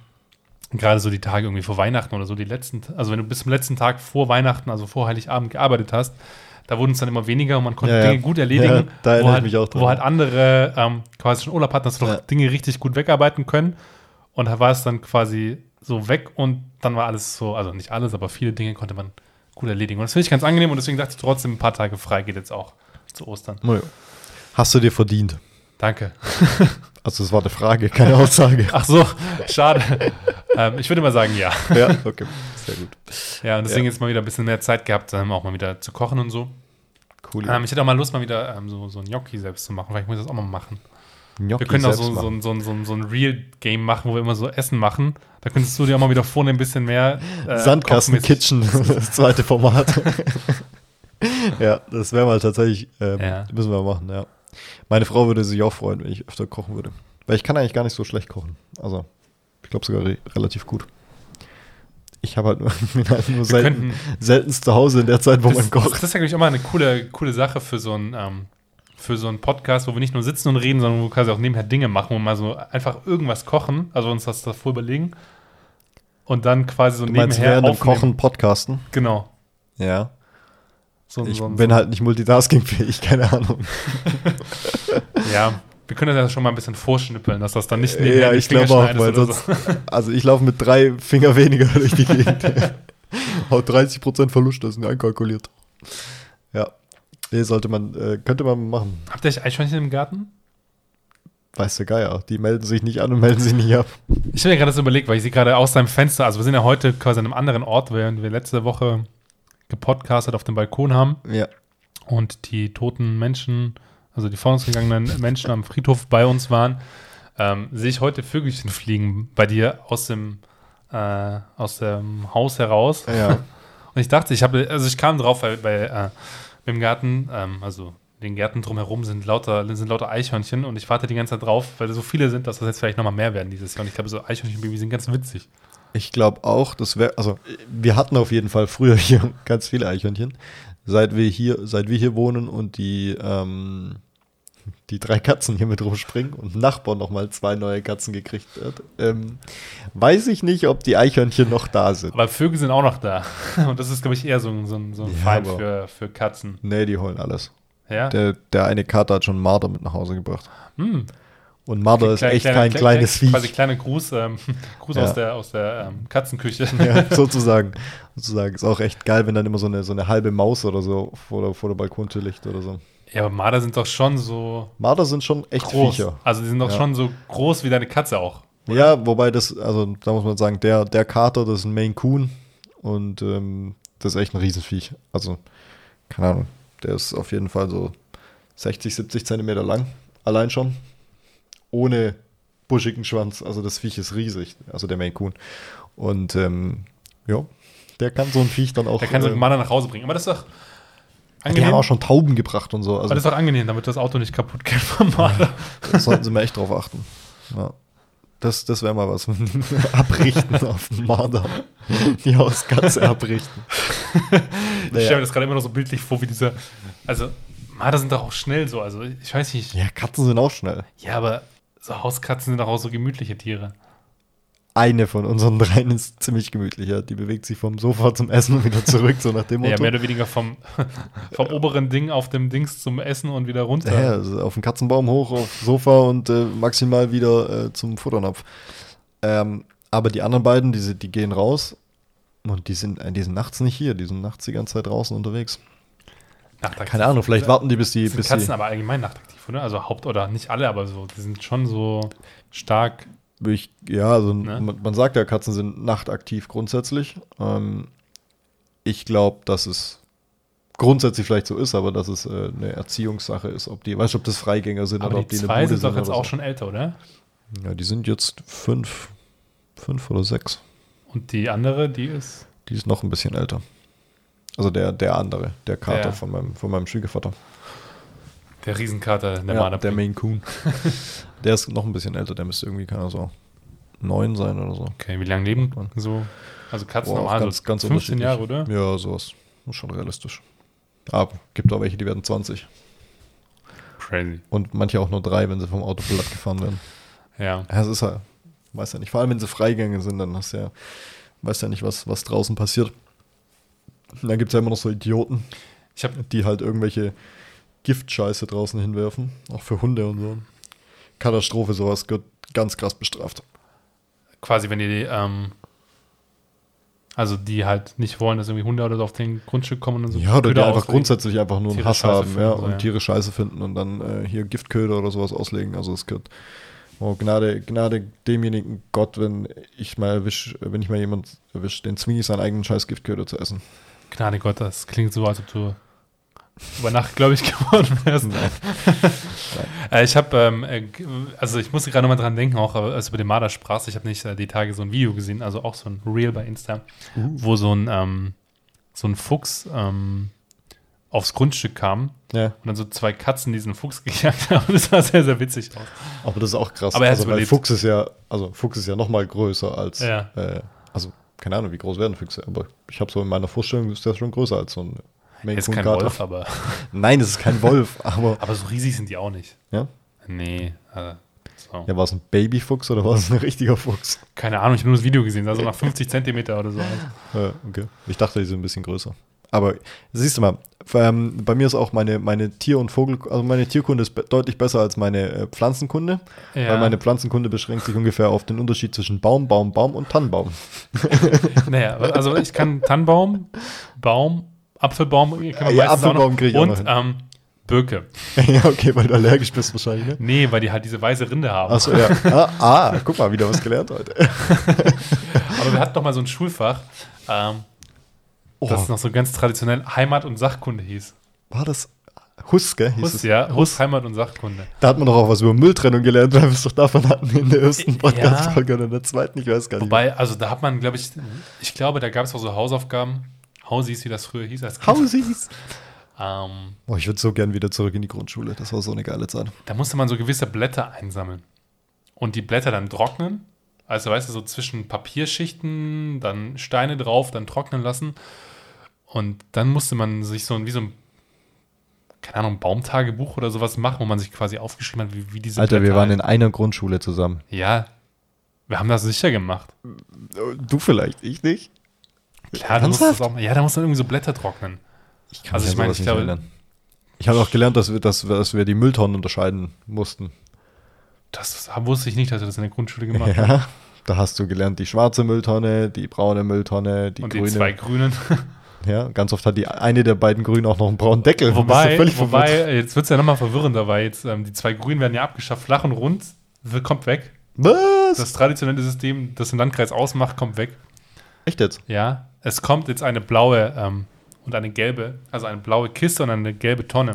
[SPEAKER 1] Gerade so die Tage irgendwie vor Weihnachten oder so, die letzten, also wenn du bis zum letzten Tag vor Weihnachten, also vor Heiligabend gearbeitet hast, da wurden es dann immer weniger und man konnte
[SPEAKER 2] Ja, ja.
[SPEAKER 1] Dinge gut erledigen,
[SPEAKER 2] Ja, da erinnere
[SPEAKER 1] wo,
[SPEAKER 2] ich
[SPEAKER 1] halt,
[SPEAKER 2] mich auch dran.
[SPEAKER 1] wo halt andere ähm, quasi schon Urlaub hatten, dass du
[SPEAKER 2] Ja.
[SPEAKER 1] doch Dinge richtig gut wegarbeiten können. Und da war es dann quasi so weg und dann war alles so, also nicht alles, aber viele Dinge konnte man gut erledigen. Und das finde ich ganz angenehm und deswegen dachte ich trotzdem, ein paar Tage frei geht jetzt auch zu Ostern.
[SPEAKER 2] Naja. Hast du dir verdient?
[SPEAKER 1] Danke.
[SPEAKER 2] Also das war eine Frage, keine Aussage.
[SPEAKER 1] Ach so, schade. ähm, ich würde mal sagen, ja.
[SPEAKER 2] ja, okay. Sehr gut.
[SPEAKER 1] Ja, und deswegen jetzt mal wieder ein bisschen mehr Zeit gehabt, ähm, auch mal wieder zu kochen und so.
[SPEAKER 2] Cool.
[SPEAKER 1] Ähm, ich hätte auch mal Lust, mal wieder ähm, so, so ein Gnocchi selbst zu machen. Vielleicht muss ich das auch mal machen.
[SPEAKER 2] Gnocchi
[SPEAKER 1] Wir können auch
[SPEAKER 2] selbst
[SPEAKER 1] so, so,
[SPEAKER 2] machen.
[SPEAKER 1] ein- so, ein- so, ein- so ein Real-Game machen, wo wir immer so Essen machen. Da könntest du dir auch mal wieder vornehmen, ein bisschen mehr. äh,
[SPEAKER 2] Sandkasten
[SPEAKER 1] kochmäßig-
[SPEAKER 2] Kitchen, das zweite Format. ja, das wäre mal tatsächlich, ähm,
[SPEAKER 1] Ja.
[SPEAKER 2] müssen wir machen, ja. Meine Frau würde sich auch freuen, wenn ich öfter kochen würde. Weil ich kann eigentlich gar nicht so schlecht kochen. Also, ich glaube sogar re relativ gut. Ich habe halt nur, ich bin halt nur selten,
[SPEAKER 1] könnten-
[SPEAKER 2] seltenst zu Hause in der Zeit, wo man
[SPEAKER 1] Das, das
[SPEAKER 2] kocht.
[SPEAKER 1] das ist ja, glaube ich, auch mal eine coole, coole Sache für so einen ähm, für so einen Podcast, wo wir nicht nur sitzen und reden, sondern wo wir quasi auch nebenher Dinge machen und mal so einfach irgendwas kochen, also uns das davor überlegen und dann quasi so
[SPEAKER 2] Du meinst
[SPEAKER 1] nebenher
[SPEAKER 2] während dem
[SPEAKER 1] aufnehmen.
[SPEAKER 2] Kochen podcasten?
[SPEAKER 1] Genau.
[SPEAKER 2] Ja.
[SPEAKER 1] So,
[SPEAKER 2] Ich
[SPEAKER 1] so, so,
[SPEAKER 2] bin halt nicht multitaskingfähig, keine Ahnung.
[SPEAKER 1] Ja, wir können das ja schon mal ein bisschen vorschnippeln, dass das dann nicht
[SPEAKER 2] Äh, Ja,
[SPEAKER 1] in die
[SPEAKER 2] ich
[SPEAKER 1] Finger
[SPEAKER 2] glaube auch,
[SPEAKER 1] schneidest
[SPEAKER 2] weil
[SPEAKER 1] oder
[SPEAKER 2] sonst, also ich laufe mit drei Finger weniger durch die Gegend. Haut 30% Verlust, das ist nicht einkalkuliert. Ja. Nee, sollte man, äh, könnte man machen.
[SPEAKER 1] Habt ihr euch Eichhörnchen im Garten?
[SPEAKER 2] Weiß der Geier. Die melden sich nicht an und melden sich nicht ab.
[SPEAKER 1] Ich habe mir gerade das überlegt, weil ich sie gerade aus seinem Fenster, also wir sind ja heute quasi an einem anderen Ort, während wir letzte Woche gepodcastet auf dem Balkon haben
[SPEAKER 2] Ja.
[SPEAKER 1] und die toten Menschen, also die vor uns gegangenen Menschen am Friedhof bei uns waren, ähm, sehe ich heute Vögelchen fliegen bei dir aus dem, äh, aus dem Haus heraus.
[SPEAKER 2] Ja.
[SPEAKER 1] Und ich dachte, ich habe, also ich kam drauf, weil, weil äh, im Garten, ähm, also den Gärten drumherum sind lauter, sind lauter Eichhörnchen und ich warte die ganze Zeit drauf, weil so viele sind, dass das jetzt vielleicht nochmal mehr werden dieses Jahr. Und ich glaube, so Eichhörnchenbabys sind ganz witzig.
[SPEAKER 2] Ich glaube auch, das wäre, also wir hatten auf jeden Fall früher hier ganz viele Eichhörnchen. Seit wir hier, seit wir hier wohnen und die, ähm, die drei Katzen hier mit rumspringen und ein Nachbar nochmal zwei neue Katzen gekriegt hat, ähm, weiß ich nicht, ob die Eichhörnchen noch da sind.
[SPEAKER 1] Aber Vögel sind auch noch da. Und das ist, glaube ich, eher so, ein- so, ein- so ein
[SPEAKER 2] Ja,
[SPEAKER 1] Feind
[SPEAKER 2] aber-
[SPEAKER 1] für, für Katzen.
[SPEAKER 2] Nee, die heulen alles.
[SPEAKER 1] Ja?
[SPEAKER 2] Der, der eine Kater hat schon Marder mit nach Hause gebracht.
[SPEAKER 1] Hm.
[SPEAKER 2] Und Marder ist
[SPEAKER 1] Kleine-
[SPEAKER 2] echt
[SPEAKER 1] kleine-
[SPEAKER 2] kein
[SPEAKER 1] kleine-
[SPEAKER 2] kleines Viech.
[SPEAKER 1] Quasi kleiner Gruß, ähm, Gruß
[SPEAKER 2] Ja.
[SPEAKER 1] aus der, aus der ähm, Katzenküche.
[SPEAKER 2] Ja, sozusagen. Sozusagen. Ist auch echt geil, wenn dann immer so eine, so eine halbe Maus oder so vor der, vor der Balkontür liegt oder so.
[SPEAKER 1] Ja, aber Marder sind doch schon so
[SPEAKER 2] Marder sind schon echt
[SPEAKER 1] groß.
[SPEAKER 2] Viecher.
[SPEAKER 1] Also die sind doch
[SPEAKER 2] Ja.
[SPEAKER 1] schon so groß wie deine Katze auch.
[SPEAKER 2] Ja, wobei das, also da muss man sagen, der, der Kater, das ist ein Maine Coon und ähm, das ist echt ein Riesenviech. Also, keine Ahnung, der ist auf jeden Fall so 60, 70 Zentimeter lang, allein schon. Ohne buschigen Schwanz, also das Viech ist riesig, also der Maine Coon. Und ähm, ja, der kann so ein Viech dann auch.
[SPEAKER 1] Der kann so
[SPEAKER 2] äh,
[SPEAKER 1] einen Marder nach Hause bringen. Aber das ist doch
[SPEAKER 2] die
[SPEAKER 1] angenehm.
[SPEAKER 2] haben auch schon Tauben gebracht und so, also
[SPEAKER 1] aber das ist doch angenehm, damit das Auto nicht kaputt geht vom Marder.
[SPEAKER 2] da sollten sie mal echt drauf achten. Ja. Das, das wäre mal was. abrichten auf den Marder. Die Hauskatze abrichten.
[SPEAKER 1] Ich stelle mir
[SPEAKER 2] Naja.
[SPEAKER 1] das gerade immer noch so bildlich vor, wie dieser. Also, Marder sind doch auch schnell so. Also, ich weiß nicht.
[SPEAKER 2] Ja, Katzen sind auch schnell.
[SPEAKER 1] Ja, aber so Hauskatzen sind doch auch so gemütliche Tiere.
[SPEAKER 2] Eine von unseren dreien ist ziemlich gemütlich. Ja. Die bewegt sich vom Sofa zum Essen und wieder zurück, so nach dem
[SPEAKER 1] Ja,
[SPEAKER 2] Motto.
[SPEAKER 1] mehr oder weniger vom, vom oberen Ding auf dem Dings zum Essen und wieder runter.
[SPEAKER 2] Ja, also auf den Katzenbaum hoch, aufs Sofa und äh, maximal wieder äh, zum Futternapf. Ähm, aber die anderen beiden, die, sind- die gehen raus und die sind, äh, die sind nachts nicht hier. Die sind nachts die ganze Zeit draußen unterwegs.
[SPEAKER 1] Nachtaktiv.
[SPEAKER 2] Keine Ahnung, vielleicht warten die, bis die.
[SPEAKER 1] Sind
[SPEAKER 2] bis
[SPEAKER 1] Katzen
[SPEAKER 2] die,
[SPEAKER 1] aber allgemein nachtaktiv, oder? Also Haupt- oder nicht alle, aber so, die sind schon so stark.
[SPEAKER 2] Ich, ja, also
[SPEAKER 1] Ne?
[SPEAKER 2] man, man sagt ja, Katzen sind nachtaktiv grundsätzlich. Ähm, ich glaube, dass es grundsätzlich vielleicht so ist, aber dass es äh, eine Erziehungssache ist, ob die, weißt du, ob das Freigänger sind
[SPEAKER 1] Aber
[SPEAKER 2] oder
[SPEAKER 1] die
[SPEAKER 2] ob die
[SPEAKER 1] zwei
[SPEAKER 2] eine Bude
[SPEAKER 1] sind doch jetzt
[SPEAKER 2] oder
[SPEAKER 1] auch schon älter, oder?
[SPEAKER 2] so. Ja, die sind jetzt fünf, fünf oder sechs.
[SPEAKER 1] Und die andere, die ist.
[SPEAKER 2] Die ist noch ein bisschen älter. Also der, der andere, der Kater
[SPEAKER 1] Ja.
[SPEAKER 2] von meinem, von meinem Schwiegervater.
[SPEAKER 1] Der Riesenkater, der
[SPEAKER 2] ja,
[SPEAKER 1] Marder.
[SPEAKER 2] der Maine Coon. der ist noch ein bisschen älter, der müsste irgendwie, keine Ahnung, so neun sein oder so.
[SPEAKER 1] okay, wie lange leben so? Also Katzen
[SPEAKER 2] Boah,
[SPEAKER 1] normal
[SPEAKER 2] ganz,
[SPEAKER 1] so
[SPEAKER 2] ganz
[SPEAKER 1] 15
[SPEAKER 2] unterschiedlich.
[SPEAKER 1] Jahre, oder?
[SPEAKER 2] Ja, sowas. ist schon realistisch. Aber gibt auch welche, die werden 20.
[SPEAKER 1] Crazy.
[SPEAKER 2] Und manche auch nur drei, wenn sie vom Auto platt gefahren werden.
[SPEAKER 1] Ja.
[SPEAKER 2] Ja, es ist halt, weiß ja nicht. Vor allem, wenn sie Freigänge sind, dann hast du ja, weißt ja nicht, was, was draußen passiert. Und dann gibt es ja immer noch so Idioten,
[SPEAKER 1] Ich habe
[SPEAKER 2] die halt irgendwelche Giftscheiße draußen hinwerfen. Auch für Hunde und so. Katastrophe, sowas wird ganz krass bestraft.
[SPEAKER 1] quasi, wenn ihr die, ähm, also die halt nicht wollen, dass irgendwie Hunde oder so auf den Grundstück kommen und so.
[SPEAKER 2] Ja, oder die
[SPEAKER 1] Köder
[SPEAKER 2] einfach
[SPEAKER 1] auslegen.
[SPEAKER 2] grundsätzlich einfach nur einen
[SPEAKER 1] Tiere
[SPEAKER 2] Hass
[SPEAKER 1] scheiße
[SPEAKER 2] haben
[SPEAKER 1] finden,
[SPEAKER 2] ja,
[SPEAKER 1] so,
[SPEAKER 2] und
[SPEAKER 1] ja.
[SPEAKER 2] Tiere scheiße finden und dann äh, hier Giftköder oder sowas auslegen. Also es gehört oh, Gnade, Gnade demjenigen Gott, wenn ich mal erwisch, wenn ich mal jemand erwische, den zwinge ich seinen eigenen scheiß Giftköder zu essen.
[SPEAKER 1] Gnade Gott, das klingt so, als ob du über Nacht, glaube ich, geworden wärst.
[SPEAKER 2] Nein.
[SPEAKER 1] Äh, ich habe, ähm, äh, g- also ich musste gerade nochmal dran denken, auch äh, als du über den Marder sprachst. Ich habe nicht äh, die Tage so ein Video gesehen, also auch so ein Reel bei Insta,
[SPEAKER 2] Uh.
[SPEAKER 1] wo so ein, ähm, so ein Fuchs ähm, aufs Grundstück kam
[SPEAKER 2] Ja,
[SPEAKER 1] und dann so zwei Katzen diesen Fuchs gejagt haben. Das sah sehr, sehr witzig aus.
[SPEAKER 2] aber das ist auch krass.
[SPEAKER 1] Aber er hat's
[SPEAKER 2] also, weil
[SPEAKER 1] überlebt.
[SPEAKER 2] Fuchs ist ja, also Fuchs ist ja noch mal größer als,
[SPEAKER 1] Ja.
[SPEAKER 2] äh, also keine Ahnung, wie groß werden Füchse, aber ich habe so in meiner Vorstellung ist der schon größer als so ein Maine
[SPEAKER 1] Jetzt
[SPEAKER 2] Coon
[SPEAKER 1] kein
[SPEAKER 2] Kater.
[SPEAKER 1] Wolf, aber,
[SPEAKER 2] Nein, es ist kein Wolf, aber
[SPEAKER 1] aber so riesig sind die auch nicht.
[SPEAKER 2] ja,
[SPEAKER 1] Nee, also, so.
[SPEAKER 2] ja war es ein Babyfuchs oder war es ein richtiger Fuchs?
[SPEAKER 1] keine Ahnung, ich habe nur das Video gesehen, sah so nach 50 Zentimeter oder so aus.
[SPEAKER 2] Ja, okay. Ich dachte, die sind ein bisschen größer. Aber siehst du mal, ähm, bei mir ist auch meine, meine Tier- und Vogel, also meine Tierkunde ist be deutlich besser als meine äh, Pflanzenkunde,
[SPEAKER 1] Ja.
[SPEAKER 2] weil meine Pflanzenkunde beschränkt sich ungefähr auf den Unterschied zwischen Baum, Baum, Baum und Tannenbaum.
[SPEAKER 1] Naja, also ich kann Tannenbaum, Baum, Apfelbaum, kann man
[SPEAKER 2] Ja,
[SPEAKER 1] meistens
[SPEAKER 2] Apfelbaum krieg ich auch
[SPEAKER 1] auch noch.
[SPEAKER 2] noch
[SPEAKER 1] Und ähm, Birke.
[SPEAKER 2] ja, okay, weil du allergisch bist wahrscheinlich, ne?
[SPEAKER 1] Nee, weil die halt diese weiße Rinde haben.
[SPEAKER 2] Achso, ja. Ah, ah, guck mal, wieder was gelernt heute.
[SPEAKER 1] Aber wir hatten doch mal so ein Schulfach, ähm,
[SPEAKER 2] Oh.
[SPEAKER 1] das noch so ganz traditionell Heimat und Sachkunde hieß.
[SPEAKER 2] war das Huske? Hieß
[SPEAKER 1] Hus,
[SPEAKER 2] es?
[SPEAKER 1] ja, Hus, Heimat und Sachkunde.
[SPEAKER 2] Da hat man doch auch was über Mülltrennung gelernt, weil wir es doch davon hatten in der ersten
[SPEAKER 1] Ja.
[SPEAKER 2] Podcast-Folge oder in der zweiten, ich weiß gar nicht.
[SPEAKER 1] Wobei, also da hat man, glaube ich, ich glaube, da gab es auch so Hausaufgaben. Hausies, wie das früher hieß. Als kind.
[SPEAKER 2] Hausies!
[SPEAKER 1] Ähm,
[SPEAKER 2] Oh, ich würde so gern wieder zurück in die Grundschule. Das war so eine geile Zeit.
[SPEAKER 1] da musste man so gewisse Blätter einsammeln. Und die Blätter dann trocknen. Also, weißt du, so zwischen Papierschichten, dann Steine drauf, dann trocknen lassen. Und dann musste man sich so ein, wie so ein, keine Ahnung, Baumtagebuch oder sowas machen, wo man sich quasi aufgeschrieben hat, wie, wie diese
[SPEAKER 2] Alter, wir
[SPEAKER 1] Blätter
[SPEAKER 2] waren in
[SPEAKER 1] heißen.
[SPEAKER 2] einer Grundschule zusammen.
[SPEAKER 1] Ja, wir haben das sicher gemacht.
[SPEAKER 2] Äh, Du vielleicht, ich nicht.
[SPEAKER 1] Klar, da musst du das auch, ja, da musst du irgendwie so Blätter trocknen.
[SPEAKER 2] Ich
[SPEAKER 1] Also ich meine, ich glaube-
[SPEAKER 2] Ich habe auch gelernt, dass wir, dass, wir- dass wir die Mülltonnen unterscheiden mussten.
[SPEAKER 1] Das wusste ich nicht, dass wir das in der Grundschule gemacht haben.
[SPEAKER 2] Ja, da hast du gelernt, die schwarze Mülltonne, die braune Mülltonne, die
[SPEAKER 1] Und die zwei
[SPEAKER 2] grüne.
[SPEAKER 1] Grünen.
[SPEAKER 2] ja, ganz oft hat die eine der beiden Grünen auch noch einen braunen Deckel. Bist du
[SPEAKER 1] Wobei,
[SPEAKER 2] völlig verwirrt.
[SPEAKER 1] wobei jetzt wird es ja nochmal verwirrender, weil jetzt ähm, die zwei Grünen werden ja abgeschafft. Flach und rund w- kommt weg.
[SPEAKER 2] Was?
[SPEAKER 1] Das traditionelle System, das den Landkreis ausmacht, kommt weg.
[SPEAKER 2] Echt jetzt?
[SPEAKER 1] Ja, es kommt jetzt eine blaue ähm, und eine gelbe, also eine blaue Kiste und eine gelbe Tonne.